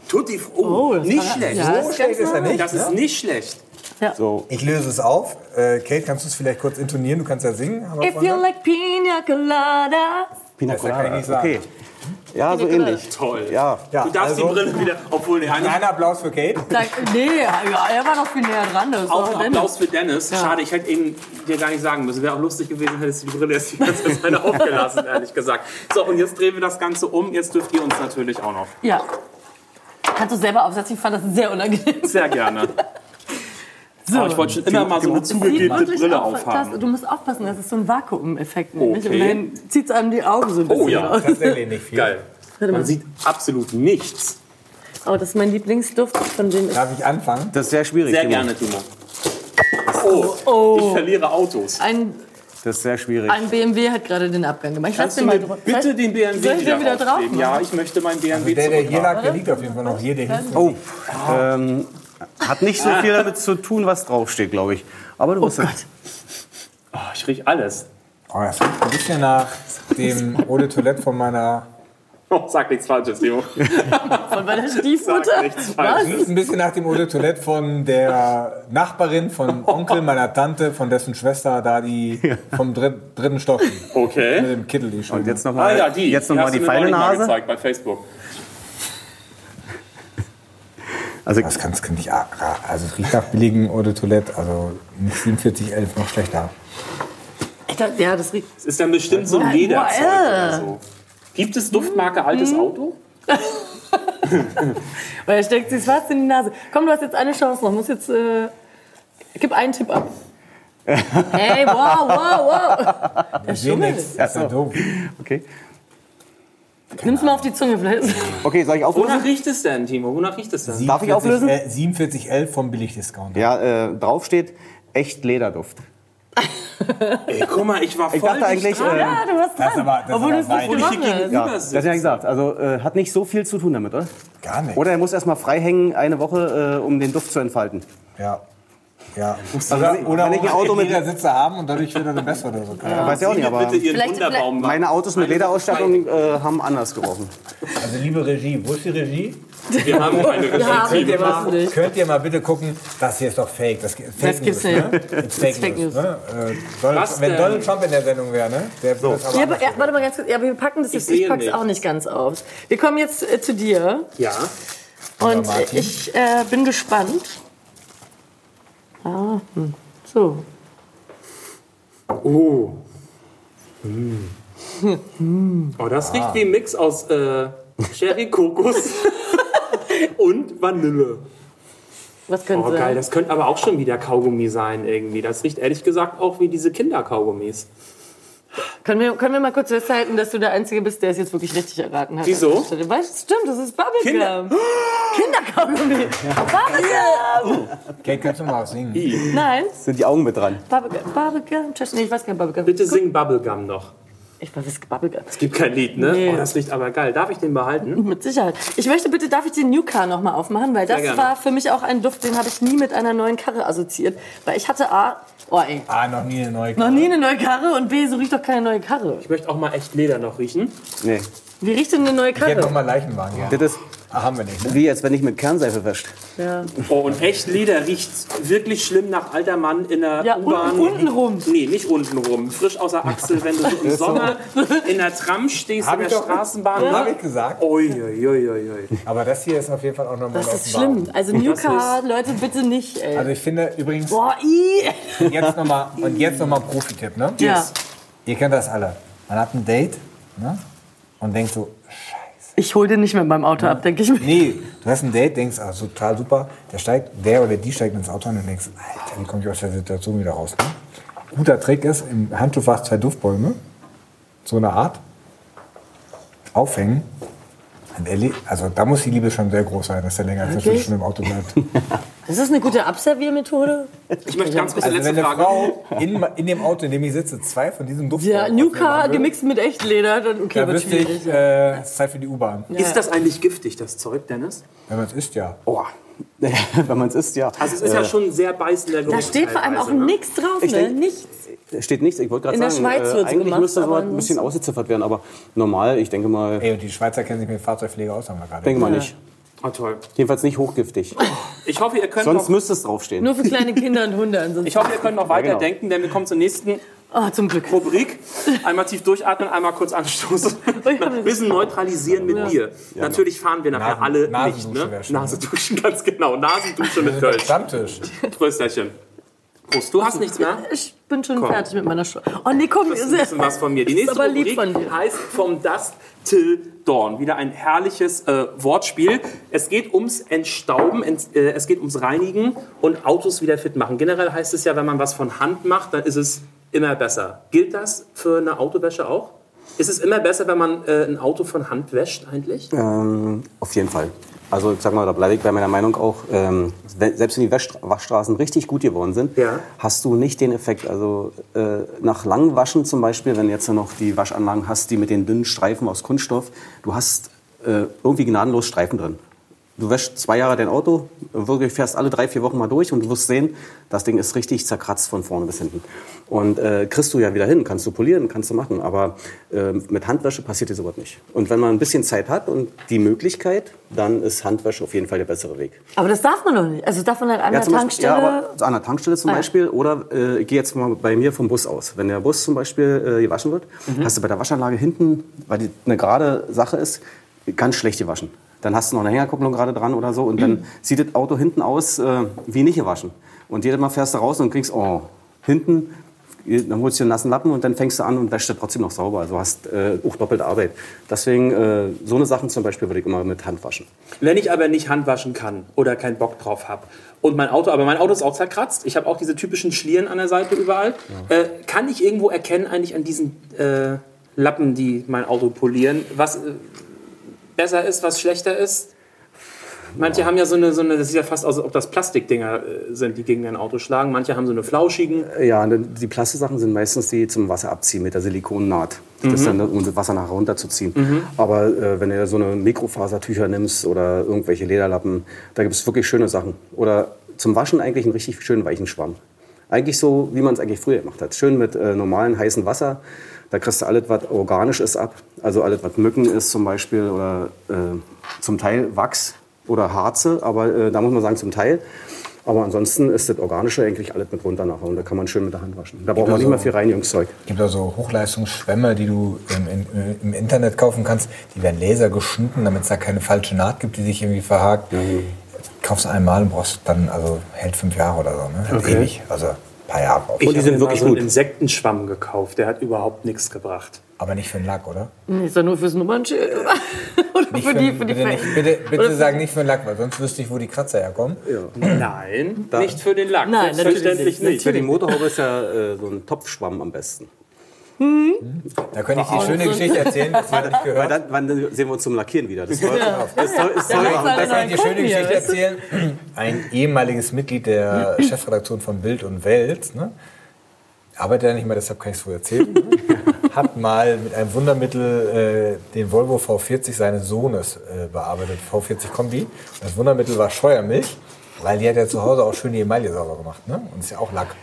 A: Tutti, oh, nicht schlecht.
B: ja,
C: so
B: ist
C: schlecht
B: ganz
C: ist er nicht.
A: Das ist nicht schlecht.
D: So.
C: Ich löse es auf. Äh, Kate, kannst du es vielleicht kurz intonieren? Du kannst ja singen. haben wir
B: If you
C: vorhin
B: like pina colada.
D: Pina
C: Besser kann ich
D: Colada.
C: nicht sagen.
D: Okay. Ja, so ähnlich.
A: Toll.
D: Ja.
C: gesagt. Ja,
A: Du darfst
C: also,
A: die Brille wieder, obwohl der
C: Einen Applaus für Kate.
B: Sag, nee, ja, er war noch viel näher dran. Das war
A: Auch
B: doch
A: ein
B: Oh, Dennis.
A: Applaus für Dennis. Schade, ich hätte eben dir gar nicht sagen müssen. Wäre auch lustig gewesen, hättest du die Brille jetzt die ganze Zeit *laughs* alleine aufgelassen, ehrlich gesagt. So, und jetzt drehen wir das Ganze um. Jetzt dürft ihr uns natürlich auch noch.
B: Ja. Kannst du selber aufsetzen? Ich fand das sehr
A: *laughs*
B: unangenehm.
A: Sehr gerne.
B: So.
A: Aber ich wollte schon immer mal so eine
B: Sieht
A: zugegebene
B: ordentlich
A: Brille
B: auf,
A: aufhaben.
B: das- Du musst aufpassen, das ist so ein Vakuum-Effekt. nämlich.
A: Okay.
B: Und dann zieht es einem die Augen so ein bisschen
A: Oh ja.
B: aus.
C: Tatsächlich nicht viel.
A: Geil. Man sieht absolut nichts.
B: Oh, das ist mein Lieblingsduft, von dem ich...
C: Darf ich anfangen?
D: Das ist sehr schwierig.
A: Sehr
D: Timo.
A: gerne, Timo. Oh, ich verliere Autos.
B: Ein,
D: Das ist sehr schwierig.
B: ein BMW hat gerade den Abgang gemacht. Ich
A: Kannst
B: lass den
A: du
B: mal
A: mir
B: drü-
A: bitte den BMW
B: Soll ich den wieder drauf
A: drauflegen? Ja, ich möchte meinen
D: Also
A: BMW
C: Der, der hier
A: zurück.
C: lag, der liegt auf jeden Fall noch hier. Der hinten.
D: Oh. Ähm, hat nicht so viel damit zu tun, was draufsteht, glaube ich. Aber du musst
B: Gott.
A: Oh, ich rieche alles. *laughs*
C: oh, das riecht ein bisschen nach dem Eau de Toilette von meiner...
A: Oh, sag nichts Falsches, Timo.
B: Von meiner Stiefmutter.
A: nichts ne?
B: Was?
A: Falsches.
C: Riecht ein bisschen nach dem Eau de Toilette von der Nachbarin, von Onkel meiner Tante, von dessen Schwester da die vom dritt, dritten Stock liegt. mit
A: Okay.
C: dem Kittel die schon.
D: Jetzt
A: Ah
D: nochmal
A: ja, die.
D: Äh, jetzt noch
A: Die
D: mal
A: hast
D: die
A: du mir neulich
D: feine
A: mal
D: Nase.
A: gezeigt bei Facebook.
D: Also
C: Das kannst du nicht. ah, ah, Also es riecht nach billigem Eau de Toilette. Also nicht 4711 noch schlechter.
B: Ich dachte, ja, das riecht...
A: Das ist dann bestimmt so ein Lederzeug
B: boah,
A: oder so. Gibt es Duftmarke altes
B: Hm.
A: Auto?
B: Weil er steckt sich was in die Nase. Komm, du hast jetzt eine Chance noch. Muss jetzt... Äh, gib einen
A: *laughs*
B: Tipp ab. Hey, wow, wow,
C: Wir sehen
B: Schummel.
C: nichts. Das ist ja doof.
D: okay.
B: wow. Nimm's mal auf die Zunge. Vielleicht ist-
D: okay, soll ich auflösen?
A: Wonach riecht es denn, Timo? Wonach riecht es denn?
D: Darf ich auflösen?
C: 4711 4711 vom Billigdiscounter.
D: Ja, äh, draufsteht echt Lederduft.
A: Ey, guck mal, ich war voll
D: Ich dachte eigentlich,
A: gestrahlt.
D: äh, ja,
B: Ja, du hast
C: Das ist
B: dran.
C: aber- das ist
B: Obwohl
C: aber
B: du es nicht
C: weit.
A: Obwohl ich
B: gemacht hast.
A: gegenüber
D: das
A: sitze.
D: hat ja gesagt. Also äh, hat nicht so viel zu tun damit, oder?
C: Gar nicht.
D: Oder er muss erstmal frei hängen eine Woche, äh, um den Duft zu entfalten.
C: Ja. Ja.
D: wenn-
C: Oder, oder
D: wenn ich ein
C: muss
D: Auto mit-
C: Ledersitze haben und dadurch wird er dann besser oder so. Keine Ahnung.
D: Weiß ich auch nicht,
A: Mir
D: aber
A: bitte ihren
B: Vielleicht-
A: Wunderbaum machen.
D: meine Autos mit Lederausstattung äh, haben anders gerochen.
C: Also liebe Regie, wo ist die Regie?
A: Wir haben keine
B: Wir haben
A: Regie.
B: den was nicht.
C: Könnt ihr mal bitte gucken, das hier ist doch fake. Das, ge- fake
B: gibt's
C: News,
B: nicht.
C: ne? It's fake,
B: Fake
C: News.
B: News.
C: Ne? Äh, Donald,
A: Was
C: wenn
A: denn?
C: Donald Trump in der Sendung wäre, ne? Der so.
B: Ja, aber, ja, warte mal ganz kurz. Ja, wir packen das jetzt. Ich,
A: sehe
B: pack's
A: nichts.
B: auch nicht ganz auf. Wir kommen jetzt äh, zu dir
A: Ja.
B: und äh,
C: Martin.
B: ich äh, bin gespannt. Ah, hm. so.
A: Oh.
B: Hm.
A: Oh,
B: Ah.
A: das riecht wie ein Mix aus äh, Sherry, Kokos *laughs* und Vanille.
B: Was könnte
A: Oh, geil.
B: sein?
A: Das könnte aber auch schon wieder Kaugummi sein irgendwie. Das riecht ehrlich gesagt auch wie diese Kinderkaugummis.
B: Können wir, können wir mal kurz festhalten, dass du der Einzige bist, der es jetzt wirklich richtig erraten hat?
A: Wieso?
B: Weißt, stimmt, das ist Bubblegum.
A: Kinder-
B: *gasps* Kinderkaugummi. Bubblegum.
C: Kate, kannst du mal was singen?
B: Nein,
D: Sind die Augen mit dran?
B: Bubblegum. Bubblegum. Nee, ich weiß kein Bubblegum.
A: Bitte sing Bubblegum noch.
B: Ich weiß Bubblegum.
A: Es gibt kein Lied, ne?
B: Nee.
A: Oh, das riecht aber geil. Darf ich den behalten?
B: Mit Sicherheit. Ich möchte bitte, darf ich den New Car nochmal aufmachen? Weil das
A: gerne.
B: war für mich auch ein Duft, den habe ich nie mit einer neuen Karre assoziiert. Weil ich hatte A, oh ey,
C: Ah, noch nie eine neue
B: noch nie eine neue Karre und B, so riecht doch keine neue Karre.
A: Ich möchte auch mal echt Leder noch riechen.
D: Nee.
B: Wie riecht denn eine neue
C: Ich hätte noch
B: Karre?
C: mal Leichenwagen. Ja.
D: Das ist
C: Ah, haben wir nicht, ne?
D: wie, als wenn ich mit Kernseife wäscht.
B: Ja.
A: Oh, und echt Leder riecht wirklich schlimm nach alter Mann in der
B: Ja,
A: U-Bahn.
B: unten- untenrum.
A: Nee, nicht untenrum. Frisch aus der Achsel, wenn du so im Sommer in der Tram stehst,
C: Hab
A: in der
C: ich doch-
A: Straßenbahn.
C: Habe ich gesagt.
A: Uiuiuiui.
C: Aber das hier ist auf jeden Fall auch nochmal
B: Das ist schlimm. Also New
A: Das
B: Car, Leute, bitte nicht, ey.
C: Also ich finde übrigens,
B: Boah, i.
C: jetzt nochmal und jetzt nochmal Profi-Tipp, ne?
B: Ja.
C: Ihr kennt das alle. Man hat ein Date, ne? Und denkt so, scheiße.
B: Ich hole den nicht mehr beim Auto ab, denke ich mir.
C: Nee, du hast ein Date, denkst, ah, total super. Der steigt, der oder die steigt ins Auto ein und denkst, Alter, wie komme ich aus der Situation wieder raus? Ne? Guter Trick ist, im Handschuhfach zwei Duftbäume, so eine Art, aufhängen. Und er le- Also da muss die Liebe schon sehr groß sein, dass er länger als eine
B: Wirklich?
C: Viertelstunde im Auto bleibt.
B: *laughs* Das ist eine gute Abserviermethode.
A: Ich möchte ganz kurz die
C: Also wenn
A: letzte
C: eine
A: Frage.
C: Frau in, in dem Auto, in dem ich sitze, zwei von diesem Duftbäumen
B: Ja, New
C: aufnehmen
B: Car
C: würde,
B: gemixt mit Echtleder, dann okay,
C: Da
B: wird
C: wüsste
B: schwierig.
C: ich, äh, es ist Zeit für die U-Bahn.
A: Ist das eigentlich giftig, das Zeug, Dennis?
C: Wenn man es isst, ja.
D: Oh. *laughs* Wenn man es isst, ja.
A: Also es ist ja schon ein sehr beißender Geruch.
B: Da steht vor allem auch
A: teilweise, ne?
B: nichts drauf,
D: Ich
B: ne?
D: denk-
B: Nichts.
D: Steht nichts, ich wollte gerade
B: In der
D: sagen, äh,
B: Schweiz wird's
D: eigentlich
B: gemacht,
D: müsste das
B: aber
D: mal ein bisschen ausgeziffert werden, aber normal, ich denke mal,
C: Ey, und die Schweizer kennen sich mit Fahrzeugpflege aus, haben wir gerade.
D: denke mal nicht.
A: Ah, toll.
D: Jedenfalls
B: *laughs*
D: nicht hochgiftig.
A: Ich hoffe, ihr könnt
D: Sonst
A: noch,
D: müsste es draufstehen.
B: Nur für kleine Kinder und Hunde. Ansonsten.
A: ich hoffe, ihr könnt noch weiter
D: genau.
A: denken, denn wir kommen zur nächsten
B: oh, zum Glück.
A: Rubrik. Einmal tief durchatmen, einmal kurz
B: *laughs*
A: anstoßen. Ein bisschen neutralisieren mit Bier. Natürlich fahren wir nachher
C: genau. Nasen-
A: alle nicht.
C: Nasendusche
A: Ne?
C: wär schön.
A: Nase duschen, *laughs* ganz genau. Nasendusche
C: *laughs*
A: mit Kölsch.
C: Stammtisch.
A: Prösterchen. Prost, du hast nichts
B: *laughs*
A: mehr?
B: Ich bin schon fertig mit meiner Show. Oh nee, komm,
A: Das ist ein bisschen was von mir. Die
B: Das ist
A: nächste
B: aber lieb
A: Rubrik
B: von dir.
A: heißt Vom Dust Till Dawn. Wieder ein herrliches äh, Wortspiel. Es geht ums Entstauben, ents, äh, es geht ums Reinigen und Autos wieder fit machen. Generell heißt es ja, wenn man was von Hand macht, dann ist es immer besser. Gilt das für eine Autowäsche auch? Ist es immer besser, wenn man äh, ein Auto von Hand wäscht eigentlich?
D: Ähm, auf jeden Fall. Also ich sag mal, da bleibe ich bei meiner Meinung auch. Ähm, wenn- selbst wenn die Waschstra- Waschstraßen richtig gut geworden sind,
A: Ja.
D: hast du nicht den Effekt. Also äh, nach langem Waschen zum Beispiel, wenn du jetzt noch die Waschanlagen hast, die mit den dünnen Streifen aus Kunststoff, du hast äh, irgendwie gnadenlos Streifen drin. Du wäschst zwei Jahre dein Auto, wirklich fährst alle drei, vier Wochen mal durch und du wirst sehen, das Ding ist richtig zerkratzt von vorne bis hinten. Und äh, kriegst du ja wieder hin, kannst du polieren, kannst du machen, aber äh, mit Handwäsche passiert dir sowas nicht. Und wenn man ein bisschen Zeit hat und die Möglichkeit, dann ist Handwäsche auf jeden Fall der bessere Weg.
B: Aber das darf man doch nicht. Also darf man halt an der
D: zum Beispiel,
B: Tankstelle.
D: ja, aber an der Tankstelle zum
B: Ah.
D: Beispiel oder äh, ich geh jetzt mal bei mir vom Bus aus. Wenn der Bus zum Beispiel äh, gewaschen wird,
B: Mhm.
D: hast du bei der Waschanlage hinten, weil die eine gerade Sache ist, ganz schlecht gewaschen. Dann hast du noch eine Hängerkupplung gerade dran oder so
B: *clears throat*
D: und dann sieht das Auto hinten aus äh, wie nicht gewaschen. Und jedes Mal fährst du raus und kriegst, oh, hinten, äh, dann holst du dir einen nassen Lappen und dann fängst du an und wäschst du trotzdem noch sauber. Also hast äh, auch doppelte Arbeit. Deswegen, äh, so eine Sachen zum Beispiel würde ich immer mit Hand waschen.
A: Wenn ich aber nicht handwaschen kann oder keinen Bock drauf habe und mein Auto, aber mein Auto ist auch zerkratzt, ich habe auch diese typischen Schlieren an der Seite überall, äh, kann ich irgendwo erkennen eigentlich an diesen äh, Lappen, die mein Auto polieren, was äh, besser ist, was schlechter ist? Manche haben ja so eine, so eine, das sieht ja fast aus, als ob das Plastikdinger äh, sind, die gegen dein Auto schlagen. Manche haben so eine flauschigen.
D: Ja, die Plastiksachen sind meistens die zum Wasser abziehen mit der Silikonnaht. Das ist dann, um das Wasser nachher runterzuziehen. Aber äh, wenn du so eine Mikrofasertücher nimmst oder irgendwelche Lederlappen, da gibt es wirklich schöne Sachen. Oder zum Waschen eigentlich einen richtig schönen weichen Schwamm. Eigentlich so, wie man es eigentlich früher gemacht hat. Schön mit äh, normalem heißem Wasser. Da kriegst du alles, was organisch ist, ab. Also alles, was Mücken ist zum Beispiel oder äh, zum Teil Wachs oder Harze. Aber äh, da muss man sagen, zum Teil. Aber ansonsten ist das Organische eigentlich alles mit runter nachher und da kann man schön mit der Hand waschen. Da braucht
A: Genau.
D: man nicht mehr viel Reinigungszeug.
C: Es gibt da so Hochleistungsschwämme, die du im, in, im Internet kaufen kannst. Die werden laser geschnitten, damit es da keine falsche Naht gibt, die sich irgendwie verhakt.
B: Mhm.
C: Kaufst einmal und brauchst dann, also hält fünf Jahre oder so. Ne? Hält Ewig. Also ein paar Jahre. Auf.
D: die
A: hab
D: sind
A: mir mal
D: wirklich
A: so einen
D: gut.
A: Insektenschwamm gekauft, der hat überhaupt nichts
D: *clears throat*
A: gebracht.
C: Aber nicht für den Lack, oder?
B: Nee, ist ja nur fürs Nummernschild. Oder *laughs* oder
C: Nicht
B: für die, für die
C: bitte,
B: Fälle.
C: nicht, bitte,
B: Oder
C: bitte
B: für-
C: sag nicht für den Lack, weil sonst wüsste ich, wo die Kratzer herkommen.
A: Nein, nicht für den Lack.
B: Nein, natürlich
A: selbstverständlich
B: nicht.
A: nicht.
D: Für die Motorhaube ist ja äh, so ein Topfschwamm am besten.
C: Da könnte ich die schöne Geschichte erzählen, das habe ich
D: Weil
B: *laughs*
C: gehört.
D: dann, wann sehen wir uns zum Lackieren wieder.
A: *laughs*
D: Das soll, das soll, das soll,
B: Ja,
C: Da kann ich
B: Dann
C: die schöne
B: gucken wir,
C: Geschichte
B: weißt
C: erzählen. Ein ehemaliges Mitglied der Chefredaktion von Bild und Welt, ne? arbeitet ja nicht mehr, deshalb kann ich es wohl erzählen, ne? hat mal mit einem Wundermittel äh, den Volvo V40 seines Sohnes äh, bearbeitet, V40 Kombi. Das Wundermittel war Scheuermilch, weil die hat ja zu Hause auch schön die Emaille sauber gemacht ne? und ist ja auch Lack.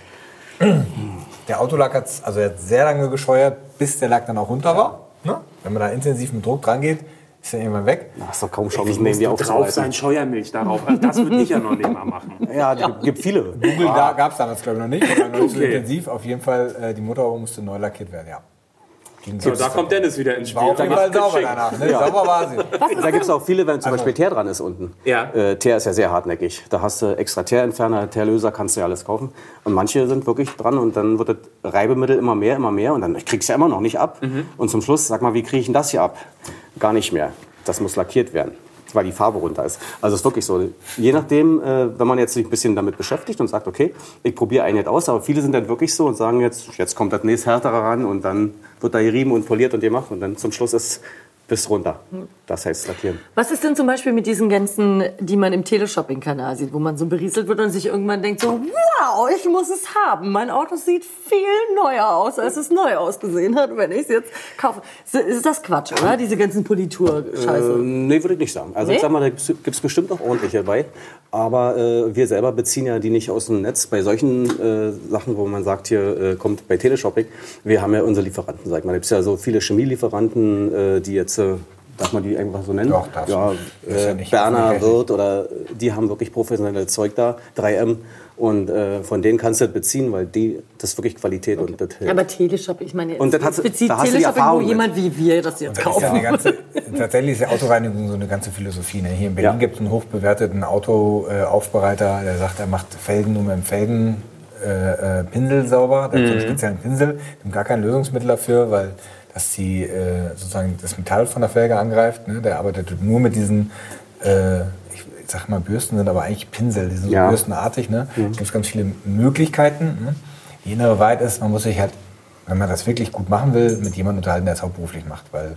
C: Der Autolack hat also er hat sehr lange gescheuert, bis der Lack dann auch runter war. Ne? Wenn man da intensiv mit Druck dran geht, ist er irgendwann weg.
D: da hast du kaum Chancen, nehmen die auch
A: drauf sein Scheuermilch darauf. Also das würde ich ja noch nicht mal machen.
D: Ja, die gibt- gibt viele.
C: Google da gab es damals, glaube ich, noch nicht. Aber noch nicht so
A: Okay.
C: intensiv. Auf jeden Fall, äh, die Motorhaube musste neu lackiert werden, ja. Ging
A: So, da kommt Dennis wieder ins Spiel.
C: war auf jeden Fall
A: Der macht
C: sauber
A: geschickt.
C: danach. Ne? Sauber war sie.
D: Da gibt es auch viele, wenn zum Beispiel Teer dran ist unten.
A: Also Ja.
D: Äh, Teer ist ja sehr hartnäckig. Da hast du extra Teerentferner, Teerlöser, kannst du ja alles kaufen. Und manche sind wirklich dran und dann wird das Reibemittel immer mehr, immer mehr und dann ich krieg's ja immer noch nicht ab. Und zum Schluss, sag mal, wie kriege ich denn das hier ab? Gar nicht mehr. Das muss lackiert werden weil die Farbe runter ist. Also es ist wirklich so. Je nachdem, äh, wenn man jetzt sich ein bisschen damit beschäftigt und sagt, okay, ich probiere einen jetzt aus, aber viele sind dann wirklich so und sagen jetzt, jetzt kommt das nächste härtere ran und dann wird da gerieben und poliert und gemacht und dann zum Schluss ist bis runter. Das heißt lackieren.
B: Was ist denn zum Beispiel mit diesen ganzen, die man im Teleshopping-Kanal sieht, wo man so berieselt wird und sich irgendwann denkt so, wow, ich muss es haben. Mein Auto sieht viel neuer aus, als es neu ausgesehen hat, wenn ich es jetzt kaufe. Ist- Ist das Quatsch, oder? Diese ganzen Politur-Scheiße.
D: Ähm, nee, würde ich nicht sagen. Also
B: Nee?
D: ich sag mal, da gibt es bestimmt auch ordentliche bei. Aber äh, wir selber beziehen ja die nicht aus dem Netz. Bei solchen äh, Sachen, wo man sagt, hier äh, kommt bei Teleshopping, wir haben ja unsere Lieferanten, sag ich mal. Da gibt ja so viele Chemielieferanten, äh, die jetzt, äh, darf man die einfach so nennen?
C: Doch, darf
D: ja,
C: man. Ist
D: äh,
C: ja nicht
D: Berner
C: öffentlich-rechtlich.
D: Wirt oder äh, die haben wirklich professionelles Zeug da, 3M. Und äh, von denen kannst du das beziehen, weil die, das ist wirklich Qualität und das hilft.
B: Aber Teleshopping, ich meine,
D: Und das hat-
B: bezieht
D: da hast du die
B: Teleshopping nur
D: Erfahrung
B: jemand wie wir das jetzt
C: Das ist ja
B: kaufen.
C: eine ganze, tatsächlich ist ja Autoreinigung so eine ganze Philosophie. Ne? Hier in Berlin
D: Ja.
C: gibt es einen hochbewerteten Autoaufbereiter, der sagt, er macht Felgen nur mit dem Felgenpinsel äh, äh, Pinsel sauber. Der hat
D: Mhm.
C: so einen speziellen Pinsel, nimmt gar kein Lösungsmittel dafür, weil das die, äh, sozusagen das Metall von der Felge angreift. Ne? Der arbeitet nur mit diesen, äh, ich sag mal Bürsten sind aber eigentlich Pinsel, die sind so
D: Ja. Mhm.
C: bürstenartig. Ne? Es gibt ganz viele Möglichkeiten. Ne? Die innere Wahrheit ist, man muss sich halt, wenn man das wirklich gut machen will, mit jemandem unterhalten, der es hauptberuflich macht, weil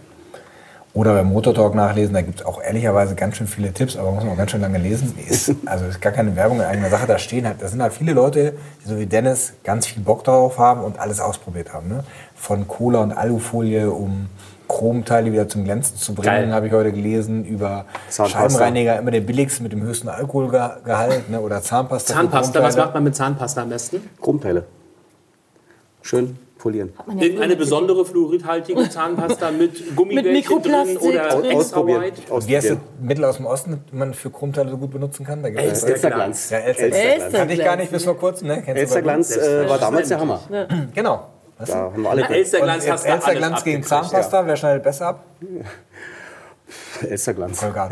C: oder beim Motortalk nachlesen, da gibt es auch ehrlicherweise ganz schön viele Tipps, aber muss man auch ganz schön lange lesen. Ist, also ist gar keine Werbung in eigener Sache da stehen. Hat. Da sind halt viele Leute, die so wie Dennis ganz viel Bock drauf haben und alles ausprobiert haben. Ne? Von Cola und Alufolie, um Chromteile wieder zum Glänzen zu
A: Geil.
C: bringen, habe ich heute gelesen. Über
D: Zahnpasta.
C: Scheibenreiniger, immer der billigste mit dem höchsten Alkoholgehalt. Ne? Oder Zahnpasta. für
A: Zahnpasta, was
C: Chromteile.
A: macht man mit Zahnpasta am besten?
D: Chromteile. Schön polieren.
A: Irgendeine besondere *laughs* fluoridhaltige Zahnpasta mit Gummibärchen drin
B: Mikroplastik
A: oder
B: drin.
A: extra white?
D: Aus
C: Wie heißt das Mittel aus dem Osten, das man für Chromteile so gut benutzen kann? Da gibt's
A: Elsterglanz.
D: Elsterglanz.
C: ja, Elsterglanz.
B: Elsterglanz.
C: Kannte ich gar nicht bis vor kurzem. Ne? Kennst du bei
D: Elsterglanz äh, war damals der Hammer.
C: Google? Genau. Was
D: Da haben wir alle
A: Elster- Elsterglanz
C: Und
A: hast du
C: jetzt Elsterglanz
A: alles
C: gegen
A: abgekriegt,
C: Zahnpasta, wer schneidet besser ab? *laughs*
D: Elsterglanz.
C: Vollgas.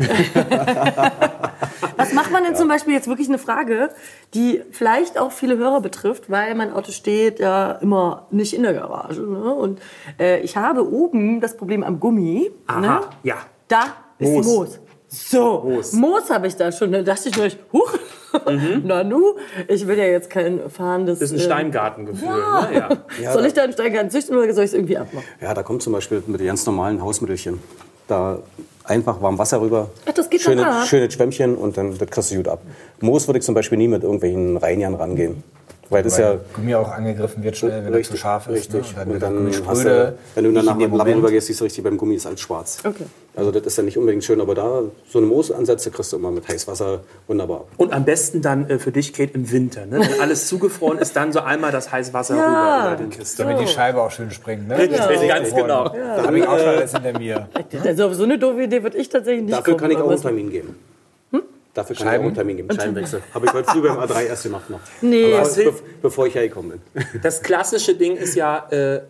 B: Was macht man denn zum Beispiel jetzt wirklich eine Frage, die vielleicht auch viele Hörer betrifft, weil mein Auto steht ja immer nicht in der Garage. Ne? Und äh, ich habe oben das Problem am Gummi. Ne?
A: Aha, ja.
B: Da ist
A: Moos.
B: Moos. So,
A: Moos.
B: Moos, habe ich da schon. ne? Da dachte ich mir, huch, *laughs* nanu, ich will ja jetzt kein fahrendes...
A: Das ist ein
B: äh,
A: Steingartengefühl. Ne? Ja.
B: *laughs* soll ich da einen Stein züchten oder soll ich es irgendwie abmachen?
D: Ja, da kommt zum Beispiel mit den ganz normalen Hausmittelchen. Da einfach warm Wasser rüber,
B: Ach, das geht schon
D: schöne,
B: ab.
D: schöne Schwämmchen und dann das kriegst du gut ab. Moos würde ich zum Beispiel nie mit irgendwelchen Reinigern rangehen. Weil das ist ja
C: Weil Gummi auch angegriffen wird schnell, wenn er zu scharf ist.
D: Richtig.
C: Ne?
D: Und
C: wird das
D: dann,
C: Gummi
D: hast
C: spröde,
D: du, wenn du
C: nicht
D: danach
C: in dem
D: mit dem Lappen
C: Moment.
D: rübergehst, siehst du richtig, beim Gummi ist alles schwarz.
B: Okay.
D: Also das ist ja nicht unbedingt schön, aber da so eine Moosansätze kriegst du immer mit Heißwasser wunderbar. ab.
A: Und am besten dann äh, für dich, Kate, im Winter. Ne? Wenn alles zugefroren ist, dann so einmal das heiße Wasser rüber über den Kiste.
C: Damit die Scheibe auch schön springt. Ne?
A: Richtig, ganz genau.
C: Da habe ich auch schon alles hinter mir.
B: Also auf so eine doofe Idee würde ich tatsächlich nicht
D: Dafür kann
B: kommen,
D: ich auch
B: aber
D: einen
B: es-
D: Termin geben.
A: Hm?
D: Dafür kann ich auch
C: Scheiben?
D: einen Termin geben.
A: Scheibenwechsel.
D: Habe ich heute früh beim A3 erst
A: *laughs*
D: gemacht noch.
B: Nee.
D: Aber
A: Was hilft-
D: be bevor ich hergekommen
A: *laughs*
D: bin.
A: Das klassische Ding ist ja äh,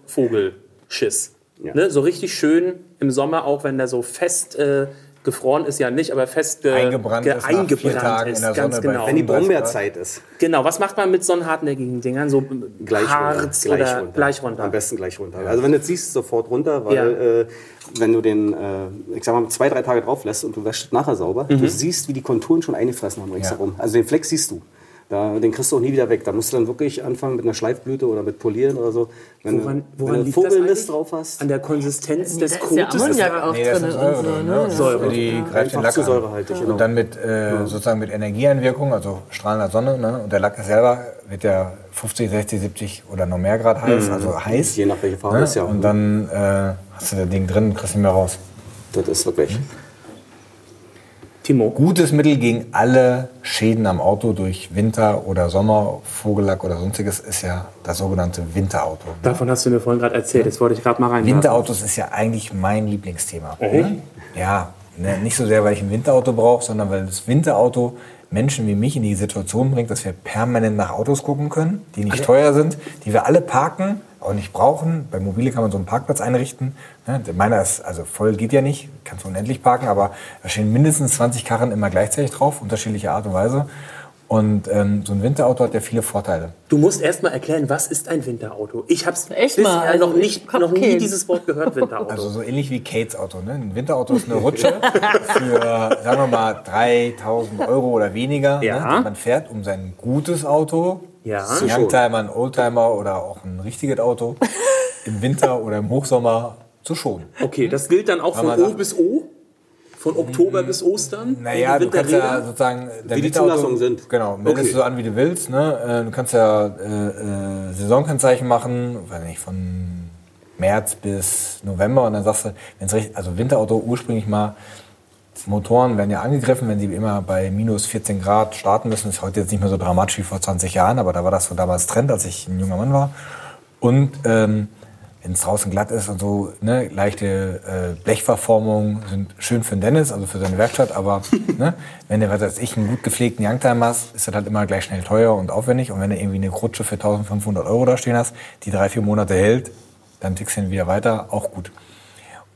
A: Vogelschiss.
D: Ja.
A: Ne? So richtig schön im Sommer, auch wenn der so fest äh, gefroren ist, ja nicht, aber fest äh,
C: Eingebrannt
A: ge-
C: ist nach vier
A: eingebrannt
C: Tagen
A: ist,
C: in der
A: ganz
C: Sonne bei
A: genau.
D: Wenn die
C: 35 Grad.
D: Brombeerzeit ist,
A: Genau, was macht man mit so hartnäckigen Dingern? So äh,
D: gleich
A: Harz
D: runter.
A: oder gleich runter.
D: Am besten gleich runter. Also wenn du es siehst, sofort runter, weil
A: Ja.
D: äh, wenn du den, äh, ich sag mal, zwei, drei Tage drauf lässt und du wäschst es nachher sauber,
A: Mhm.
D: du siehst, wie die Konturen schon eingefressen haben ringsherum. Also den Fleck siehst du. Da, den kriegst du auch nie wieder weg. Da musst du dann wirklich anfangen mit einer Schleifblüte oder mit Polieren oder so. Wenn, du-
A: Woran- woran
D: wenn du
A: liegt das
D: Vogelnist
A: eigentlich?
D: drauf hast,
A: An der Konsistenz
B: Da
A: des
B: ist ja
A: Kotes.
B: Ammoniak auch
C: Nee, das
B: drin.
C: sind
B: und so,
C: Säure.
B: ne?
C: Ne? Säure. Die greift den
D: einfach
C: Lack
D: zu
C: an.
D: säurehaltig. Genau.
C: Und dann mit, äh, sozusagen mit Energieeinwirkung, also strahlender Sonne. Ne? Und der Lack selber wird ja 50, 60, 70 oder noch mehr Grad heiß. Also heiß.
D: Mhm. Je nach welcher Farbe ist ja auch,
C: Und
D: ne?
C: dann äh, hast du das Ding drin und kriegst nicht mehr raus.
D: das ist wirklich.
A: Mhm. Timo,
C: Gutes Mittel gegen alle Schäden am Auto durch Winter oder Sommer, Vogellack oder sonstiges ist ja das sogenannte Winterauto.
A: davon hast du mir vorhin gerade erzählt. Das wollte ich gerade mal rein.
C: Winterautos ist ja eigentlich mein Lieblingsthema. Ja, ne, nicht so sehr, weil ich ein Winterauto brauche, sondern weil das Winterauto Menschen wie mich in die Situation bringt, dass wir permanent nach Autos gucken können, die nicht teuer sind, die wir alle parken, auch nicht brauchen. Bei Mobile kann man so einen Parkplatz einrichten. Ne? der- Meiner ist, also voll geht ja nicht, kannst unendlich parken, aber da stehen mindestens 20 Karren immer gleichzeitig drauf, unterschiedliche Art und Weise. Und ähm, so ein Winterauto hat ja viele Vorteile.
A: Du musst erst mal erklären, was ist ein Winterauto? Ich habe es
B: Echt
A: bisher
B: mal? Also
A: noch,
B: ich
A: nicht,
B: hab
A: noch nie
B: keinen.
A: dieses Wort
B: *laughs*
A: gehört, Winterauto.
C: Also so ähnlich wie Kates Auto. Ne? Ein Winterauto ist eine Rutsche für, sagen wir mal, 3000 Euro oder weniger.
A: Ja.
C: Ne? Man fährt um sein gutes Auto,
A: Ja.
C: ein Youngtimer, ein Oldtimer oder auch ein richtiges Auto, im Winter oder im Hochsommer So schon.
A: Okay, das gilt dann auch
C: Aber
A: von
C: dann-
A: O bis O? Von Oktober bis Ostern?
C: Naja,
A: Wegen
C: du kannst ja
A: Winterräder?
C: also- sozusagen. der
D: Wie die
C: Mietauto-
D: Zulassungen sind.
C: Genau, meldest
A: Okay.
C: du so an, wie du willst. Ne? Äh, Du kannst ja äh, äh, Saisonkennzeichen machen, weiß nicht, von März bis November und dann sagst du, wenn es richtig, also Winterauto ursprünglich mal, Motoren werden ja angegriffen, wenn sie immer bei minus 14 Grad starten müssen. Ist heute jetzt nicht mehr so dramatisch wie vor 20 Jahren, aber da war das so damals Trend, als ich ein junger Mann war. Und ähm, wenn es draußen glatt ist und so, ne, leichte äh, Blechverformungen sind schön für den Dennis, also für seine Werkstatt, aber ne, wenn du, was weiß ich, einen gut gepflegten Youngtimer hast, ist das halt immer gleich schnell teuer und aufwendig. Und wenn du irgendwie eine Rutsche für 1500 Euro da stehen hast, die drei, vier Monate hält, dann tickst du ihn wieder weiter, auch gut.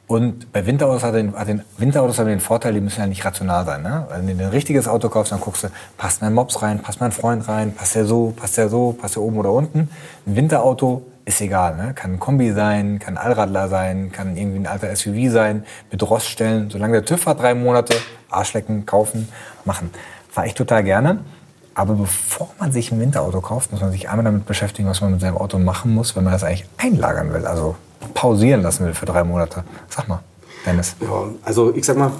C: Und bei Winterautos hat den, hat den Winterautos haben den Vorteil, die müssen ja nicht rational sein. Ne? Wenn du dir ein richtiges Auto kaufst, dann guckst du, passt mein Mops rein, passt mein Freund rein, passt der so, passt der so, passt der oben oder unten. Ein Winterauto ist egal, ne? kann ein Kombi sein, kann ein Allradler sein, kann irgendwie ein alter SUV sein, mit Roststellen. Solange der TÜV hat drei Monate, Arschlecken, kaufen, machen. Fahre ich total gerne. Aber bevor man sich ein Winterauto kauft, muss man sich einmal damit beschäftigen, was man mit seinem Auto machen muss, wenn man das eigentlich einlagern will. Also pausieren lassen will für drei Monate. Sag mal, Dennis.
D: Ja, also ich sag mal,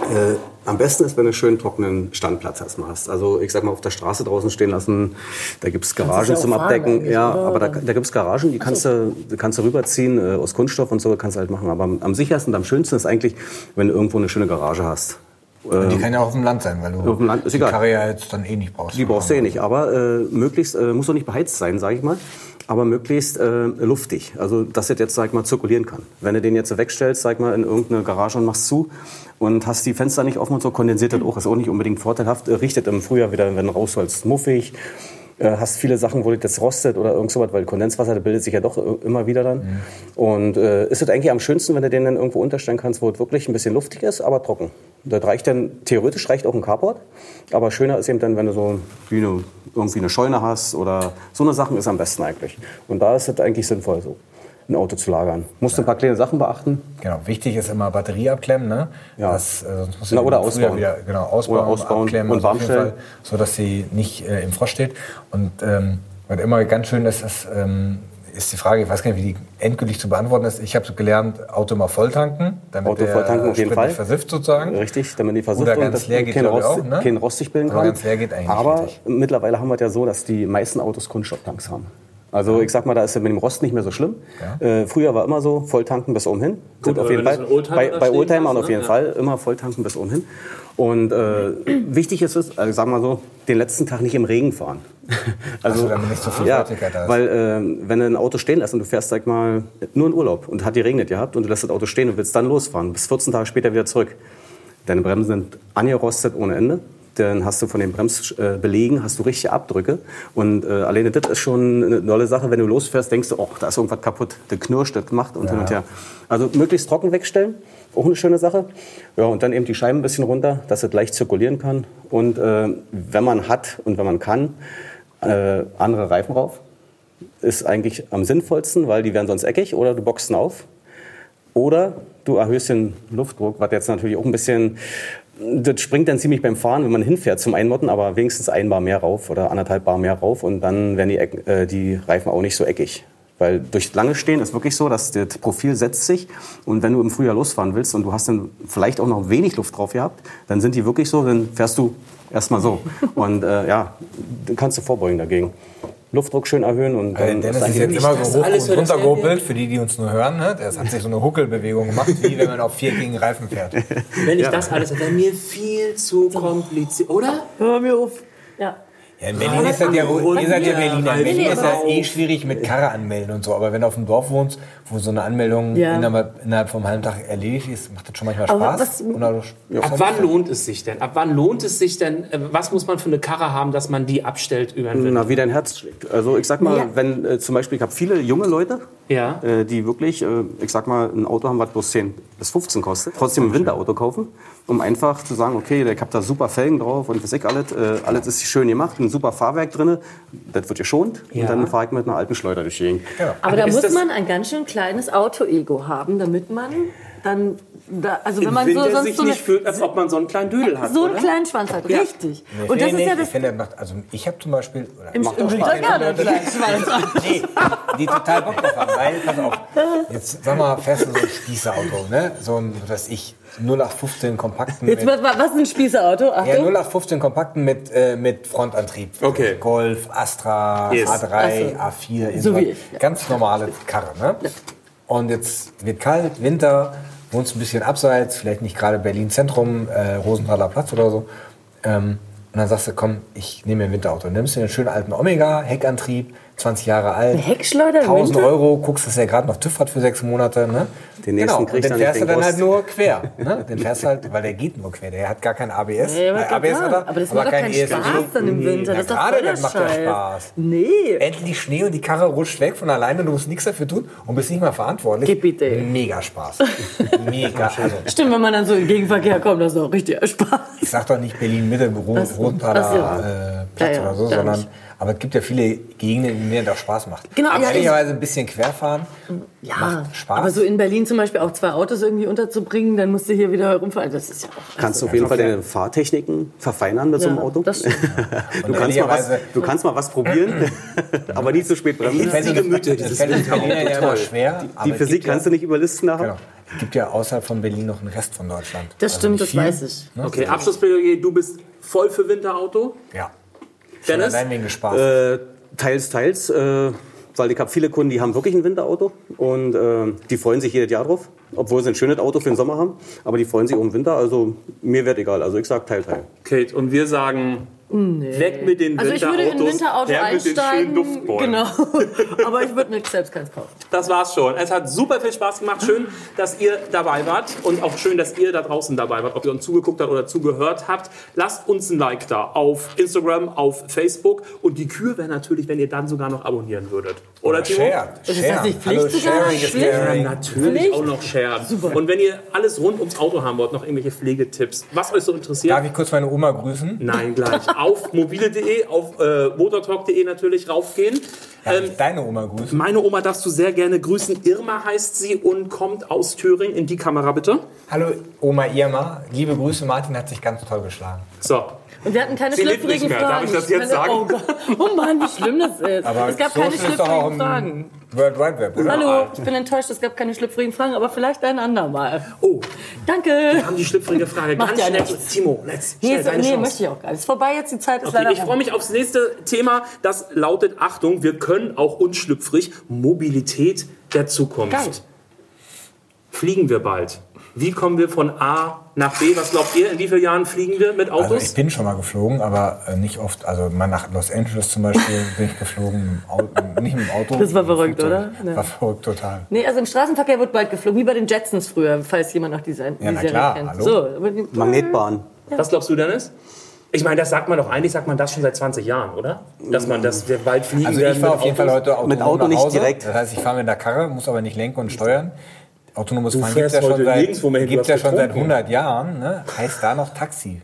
D: äh, am besten ist, wenn du schön trockenen Standplatz erstmal hast. Also ich sag mal, auf der Straße draußen stehen lassen, da gibt's Garagen
B: ja auch
D: zum
B: fahren
D: Abdecken.
B: eigentlich,
D: Ja,
B: oder?
D: aber da, da gibt's Garagen, die kannst, du, die kannst du rüberziehen äh, aus Kunststoff und so, kannst du halt machen. Aber am, am sichersten und am schönsten ist eigentlich, wenn du irgendwo eine schöne Garage hast.
C: Die kann ja auch auf dem Land sein, weil du
D: Ähm, Auf dem Land ist
C: die
D: egal.
C: Karre ja jetzt dann eh nicht brauchst.
D: Die brauchst du eh nicht, aber äh, möglichst, äh, muss doch nicht beheizt sein, sage ich mal, aber möglichst äh, luftig, also dass das jetzt, sag ich mal, zirkulieren kann. Wenn du den jetzt wegstellst, sag ich mal, in irgendeine Garage und machst zu und hast die Fenster nicht offen und so, kondensiert das auch, ist auch nicht unbedingt vorteilhaft, äh, richtet im Frühjahr wieder, wenn du rausholst, muffig, äh, hast viele Sachen, wo das jetzt rostet oder irgend sowas, weil Kondenswasser, das bildet sich ja doch i- immer wieder dann. Und äh, ist es eigentlich am schönsten, wenn du den dann irgendwo unterstellen kannst, wo es wirklich ein bisschen luftig ist, aber trocken. Das reicht dann, theoretisch reicht auch ein Carport, aber schöner ist eben dann, wenn du so wie eine, irgendwie eine Scheune hast oder so eine Sachen ist am besten eigentlich. Und da ist es eigentlich sinnvoll, so ein Auto zu lagern. Musst du ein paar kleine Sachen beachten.
C: Genau, wichtig ist immer Batterie abklemmen, ne?
D: Ja.
C: Das, äh, sonst musst
D: Na,
C: du
D: oder
C: im Frühjahr
D: ausbauen.
C: Wieder, genau, ausbauen,
D: Oder ausbauen
C: abklemmen
D: und
C: also auf jeden
D: warmstellen.
C: Fall, So, dass sie nicht äh, im Frost steht. Und ähm, was immer ganz schön ist, ist, ähm, ist die Frage, ich weiß gar nicht, wie die endgültig zu beantworten ist. Ich habe so gelernt, Auto mal volltanken, damit
D: Auto
C: der
D: volltanken auf jeden
C: Sprit
D: Fall.
C: nicht versifft sozusagen.
D: Richtig, damit die versucht
C: Oder ganz leer geht,
D: kein,
C: glaube ich,
D: Rost,
C: auch, ne?
D: kein Rost sich bilden
C: Aber
D: kann.
C: ganz leer geht eigentlich nicht
D: Aber
C: richtig.
D: mittlerweile haben wir es ja so, dass die meisten Autos Kunststofftanks haben. Also ich sag mal, da ist es mit dem Rost nicht mehr so schlimm. Äh, früher war immer so, Volltanken bis oben hin. Gut,
A: aber
D: auf jeden
A: wenn du
D: Fall.
A: so einen Oldtimer
D: bei
A: da
D: bei
A: stehen
D: Oldtimern
A: hast,
D: auf
A: ne?
D: jeden
A: Ja.
D: Fall immer Volltanken bis oben hin. Und äh, wichtig ist es, also sagen wir so, den letzten Tag nicht im Regen fahren.
C: Also, damit nicht so viel
D: ja,
C: Feuchtigkeit da ist.
D: weil äh, wenn du ein Auto stehen lässt und du fährst, sag mal, nur in Urlaub und hat geregnet gehabt und du lässt das Auto stehen und willst dann losfahren, bis 14 Tage später wieder zurück. Deine Bremsen sind angerostet ohne Ende. Dann hast du von den Bremsbelegen hast du richtige Abdrücke. Und äh, alleine das ist schon eine tolle Sache. Wenn du losfährst, denkst du, oh, da ist irgendwas kaputt. Der knirscht, das macht und hin und her. Also möglichst trocken wegstellen, auch eine schöne Sache. Ja, und dann eben die Scheiben ein bisschen runter, dass es leicht zirkulieren kann. Und äh, wenn man hat und wenn man kann, äh, andere Reifen rauf. Ist eigentlich am sinnvollsten, weil die werden sonst eckig oder du boxen auf. Oder du erhöhst den Luftdruck, was jetzt natürlich auch ein bisschen. Das springt dann ziemlich beim Fahren, wenn man hinfährt zum Einmotten, aber wenigstens ein Bar mehr rauf oder anderthalb Bar mehr rauf und dann werden die, Ecken, äh, die Reifen auch nicht so eckig. Weil durch lange Stehen ist wirklich so, dass das Profil setzt sich und wenn du im Frühjahr losfahren willst und du hast dann vielleicht auch noch wenig Luft drauf gehabt, dann sind die wirklich so, dann fährst du
C: *laughs*
D: erstmal so. Und äh, ja, dann kannst du vorbeugen dagegen. Luftdruck schön erhöhen und
C: Weil
D: dann
C: Dennis
D: ist
C: ist
D: eigentlich-
C: jetzt immer so hoch
A: alles
C: und
A: für das
C: runter gehobelt, für die, die uns nur hören. Ne? Der hat sich so eine Huckelbewegung gemacht, wie wenn man auf viereckigen Reifen fährt.
A: Wenn ich das alles, wäre mir viel zu kompliziert, oder?
B: Hör mir auf. Ja.
C: Ja, in Berlin ist das ja, ihr seid ja Berliner. In Berlin
B: Ja,
C: ist das eh schwierig mit Karre anmelden und so. Aber wenn du auf dem Dorf wohnst, wo so eine Anmeldung
B: Ja.
C: innerhalb, innerhalb vom halben Tag erledigt ist, macht das schon manchmal
B: Aber
C: Spaß.
B: was-
C: Und auch-
A: Ab wann lohnt es sich denn? Ab wann lohnt es sich denn? äh, Was muss man für eine Karre haben, dass man die abstellt über den Winter?
D: Na, wie dein Herz schlägt. Also ich sag mal,
B: Ja.
D: wenn äh, zum Beispiel, ich habe viele junge Leute,
A: Ja.
D: äh, die wirklich, äh, ich sag mal, ein Auto haben, was bloß 10 bis 15 kostet, trotzdem ein Winterauto kaufen, um einfach zu sagen, okay, ich habe da super Felgen drauf und was ich alles, äh, alles ist schön gemacht, ein super Fahrwerk drin, das wird geschont
A: Ja.
D: und dann fahre ich mit einer alten Schleuder durch die Gegend.
B: Aber,
A: Aber
B: da
A: ist
B: muss
A: das-
B: man ein ganz schön kleines Auto-Ego haben, damit man dann da, also wenn
A: Im
B: man
A: Winter
B: so sonst
A: sich
B: so, eine,
A: nicht fühlt, als ob man so einen kleinen Dödel hat.
B: so einen
A: oder?
B: kleinen Schwanz hat,
A: Ja.
B: richtig.
C: Nee,
B: Und das ist
C: nee,
B: ja
C: nee, ich
B: das
C: finde, macht, also ich habe zum Beispiel. Oder
B: im,
C: macht
B: im
C: auch
B: Winter
C: Spaß.
B: gerne einen kleinen Schwanz.
C: Nee, die total Bock drauf haben. Weil, pass auf, jetzt sag mal, fährst du so ein Spießerauto, ne? So ein, was weiß ich, 0815 kompakten.
B: Jetzt,
C: mit,
B: was, was ist ein Spießerauto?
C: ja,
B: Achtung.
C: 0815 kompakten mit, äh, mit Frontantrieb.
A: Okay.
C: Golf, Astra,
A: Yes.
C: A3,
B: Ach
C: A4, irgendwas.
B: So wie ich, ja.
C: ganz normale Karre, ne? Und jetzt wird kalt, Winter, wohnst ein bisschen abseits, vielleicht nicht gerade Berlin Zentrum, äh, Rosenthaler Platz oder so. Ähm, und dann sagst du, komm, ich nehme mir ein Winterauto. Nimmst dir einen schönen alten Omega, Heckantrieb, 20 Jahre alt.
B: Eine Heckschleuder im
C: 1000
B: Winter?
C: Euro, guckst, dass er gerade noch TÜV hat für sechs Monate. Ne?
D: Den nächsten
C: genau. Und
D: kriegt er
C: den
D: nicht
C: fährst du
D: wegen
C: dann halt
D: Rost.
C: nur quer. Ne? Den fährst du halt, weil der geht nur quer. Der hat gar kein ABS.
B: Ja, aber
C: Äh,
B: klar.
C: ABS hat er,
B: aber das macht doch keinen
C: ESC.
B: Spaß dann im Winter.
C: Na,
B: Das ist doch
C: gerade
B: voll der
C: das macht ja
B: Scheiß.
C: Spaß.
B: Nee.
C: Endlich Schnee und die Karre rutscht weg von alleine. Du musst nichts dafür tun und bist nicht mal verantwortlich.
B: Gib bitte.
C: Mega Spaß.
D: *laughs*
C: Mega. Also,
B: Stimmt, wenn man dann so in den Gegenverkehr kommt, das ist doch richtiger Spaß.
C: ich sag doch nicht Berlin-Mitte,
B: Das- das ja.
C: Rotenthaler äh, Platz
B: Ja, ja,
C: oder so,
B: da
C: sondern
B: nicht.
C: aber es gibt ja viele Gegenden, in denen das Spaß macht.
B: Genau,
C: aber
B: ja, ich-
C: ehrlicherweise ein bisschen querfahren.
B: Ja,
C: Macht Spaß.
B: aber so in Berlin zum Beispiel auch zwei Autos irgendwie unterzubringen, dann musst du hier wieder herumfahren. Das ist ja auch...
D: Kannst du auf jeden Fall deine Fahrtechniken verfeinern mit so einem
B: Ja,
D: Auto?
B: das stimmt.
D: du, kannst mal was,
C: ehrlicherweise-
D: du kannst mal was
C: *laughs*
D: probieren, *laughs* aber nie zu spät bremsen.
C: fällt
A: Die
C: das-
A: Gemüter,
C: das
A: dieses
C: fällt in Berlin ja
A: Winterauto,
C: immer
A: toll.
C: schwer. aber
D: Die
C: es
D: Physik
C: gibt ja-
D: kannst du nicht überlisten nachher.
C: Genau. Es gibt ja außerhalb von Berlin noch einen Rest von Deutschland. Also
B: Das stimmt,
C: nicht
B: das weiß ich.
C: Ne?
A: Okay, Abschlussplädoyer, du bist voll für Winterauto.
C: Ja.
A: Dennis?
C: Allein wegen des Spaß.
D: Äh, teils, teils, äh, weil ich habe viele Kunden, die haben wirklich ein Winterauto und äh, die freuen sich jedes Jahr drauf, obwohl sie ein schönes Auto für den Sommer haben, aber die freuen sich um den Winter, also mir wird egal, also ich sag Teil, Teil.
A: Kate, und wir sagen, weg mit den
B: Also ich würde in ein
A: Winterautos,
B: Winterauto
A: her mit den schönen
B: einsteigen.
A: Duftbäumen.
B: Genau. *laughs* Aber ich würde mir selbst keins kaufen.
A: Das war's schon. Es hat super viel Spaß gemacht. Schön, dass ihr dabei wart und auch schön, dass ihr da draußen dabei wart, ob ihr uns zugeguckt habt oder zugehört habt. Lasst uns ein Like da auf Instagram, auf Facebook und die Kür wäre natürlich, wenn ihr dann sogar noch abonnieren würdet. Oder, Timo?
C: Share.
B: das
C: Share.
B: nicht Pflicht
C: Hallo,
B: sogar?
C: Sharing ist
B: Pflicht?
A: Ja,
C: caring.
A: natürlich
B: Nicht?
A: auch noch sharen. Und wenn ihr alles rund ums Auto haben wollt, noch irgendwelche Pflegetipps, was euch so interessiert,
C: Darf ich kurz meine Oma grüßen?
A: nein, gleich auf mobile.de, auf äh, motortalk.de natürlich raufgehen.
B: Ähm,
C: Darf ich deine Oma grüßen?
A: Meine Oma darfst du sehr gerne grüßen. Irma heißt sie und kommt aus Thüringen. In die Kamera bitte.
C: Hallo Oma Irma. Liebe Grüße, Martin hat sich ganz toll geschlagen.
A: So.
B: Und wir hatten keine
A: Sie lebt
B: schlüpfrigen
A: nicht mehr.
B: Fragen.
A: Darf ich das jetzt
B: Keine-
A: sagen?
B: Oh, Gott. oh Mann, wie schlimm das ist. es gab keine
C: Social ist doch auch
B: schlüpfrigen
C: im
B: Fragen.
C: World Wide Web, oder?
B: Hallo, ich bin enttäuscht, es gab keine schlüpfrigen Fragen, aber vielleicht ein andermal.
A: Oh,
B: Danke.
A: haben die schlüpfrige Frage.
B: Macht
A: Ganz
B: ja
A: schnell.
B: nichts.
A: Timo, let's.
B: Nee,
A: Schnell,
B: so,
A: deine
B: nee
A: Chance.
B: möchte ich auch gar nicht. Ist vorbei jetzt, die Zeit ist
A: Okay,
B: leider
A: ich freue mich aufs nächste Thema. Das lautet, Achtung, wir können auch unschlüpfrig, Mobilität der Zukunft.
B: Geil.
A: Fliegen wir bald? Wie kommen wir von A nach B? Was glaubt ihr, in wie vielen Jahren fliegen wir mit Autos?
C: Also ich bin schon mal geflogen, aber äh, nicht oft. Also mal nach Los Angeles zum Beispiel bin ich geflogen, im Auto, nicht mit dem Auto.
B: Das war
C: mit dem
B: verrückt,
C: Flugzeug.
B: oder? Ja.
C: War verrückt total.
B: Nee, also im Straßenverkehr wird bald geflogen, wie bei den Jetsons früher, falls jemand noch die, Se
C: Ja,
B: die
C: na
B: Serie
C: klar,
B: kennt.
C: hallo.
B: So, aber die-
D: Magnetbahn.
A: Was glaubst du, Dennis? Ich meine, das sagt man doch, eigentlich sagt man das schon seit 20 Jahren, oder? Dass man das wir bald fliegen
C: Also
A: werden
C: ich fahre
A: mit
C: auf jeden Fall
A: Autos.
C: heute autonom
D: Mit Auto
C: nach
D: nicht
C: Hause.
D: direkt.
C: Das heißt, ich fahre mit der Karre, muss aber nicht lenken und steuern. Autonomes Fahren gibt
A: fährst
C: ja schon
A: heute nirgendwo mehr
C: seit,
A: hin, du
C: gibt's
A: hast
C: ja schon seit
A: getrunken.
C: 100 Jahren. Ne? Heißt da noch Taxi.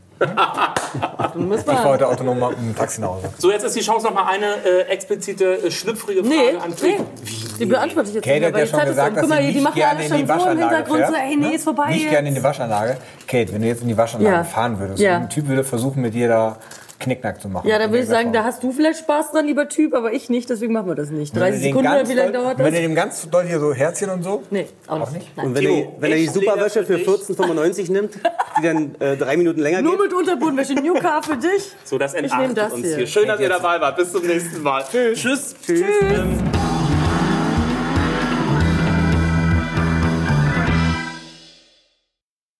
B: Muss
C: Ich fahre
B: man.
C: heute autonom mit dem Taxi nach Hause.
A: So, jetzt ist die Chance noch mal eine äh, explizite, äh, schlüpfrige Frage
B: Nee,
A: an Timo.
B: nee, die beantworte ich jetzt
C: Kate
B: nicht,
C: hat ja
B: weil die
C: schon
B: Zeit ist um.
C: gesagt, dass
B: Guck mal,
C: sie
B: hier, die
C: nicht
B: machen alle
C: gerne in
B: schon
C: die
B: so im
C: Waschanlage
B: Hintergrund
C: fährt.
B: so, hey, nee,
C: ne?
B: ist vorbei
C: Nicht
B: jetzt.
C: gerne in die Waschanlage. Kate, wenn du jetzt in die Waschanlage
B: Ja.
C: fahren würdest,
B: Ja.
C: und ein Typ würde versuchen, mit dir da Knickknack zu machen.
B: Ja, da würde ich sagen, da
C: der
B: hast du vielleicht Spaß dran, lieber Typ, aber ich nicht, deswegen machen wir das nicht. 30 Sekunden oder wie lange dauert
C: Wenn du
B: das?
C: dem ganz doll hier so Herzchen und so.
B: Nee, auch, nicht. Nein.
D: Und wenn,
A: Timo,
D: er, wenn er die
A: ich lehne
D: Superwäsche
A: für
D: für
A: dich.
D: 14,95 nimmt, die dann äh, drei Minuten länger
B: Nur
D: geht,
B: mit Unterbodenwäsche, Newcar für dich.
A: So, das
B: ich nehme
A: entartet
B: das
A: uns
B: hier.
A: hier. Schön, dass ihr dabei wart. Bis zum nächsten Mal. Tschüss. Tschüss. Ähm,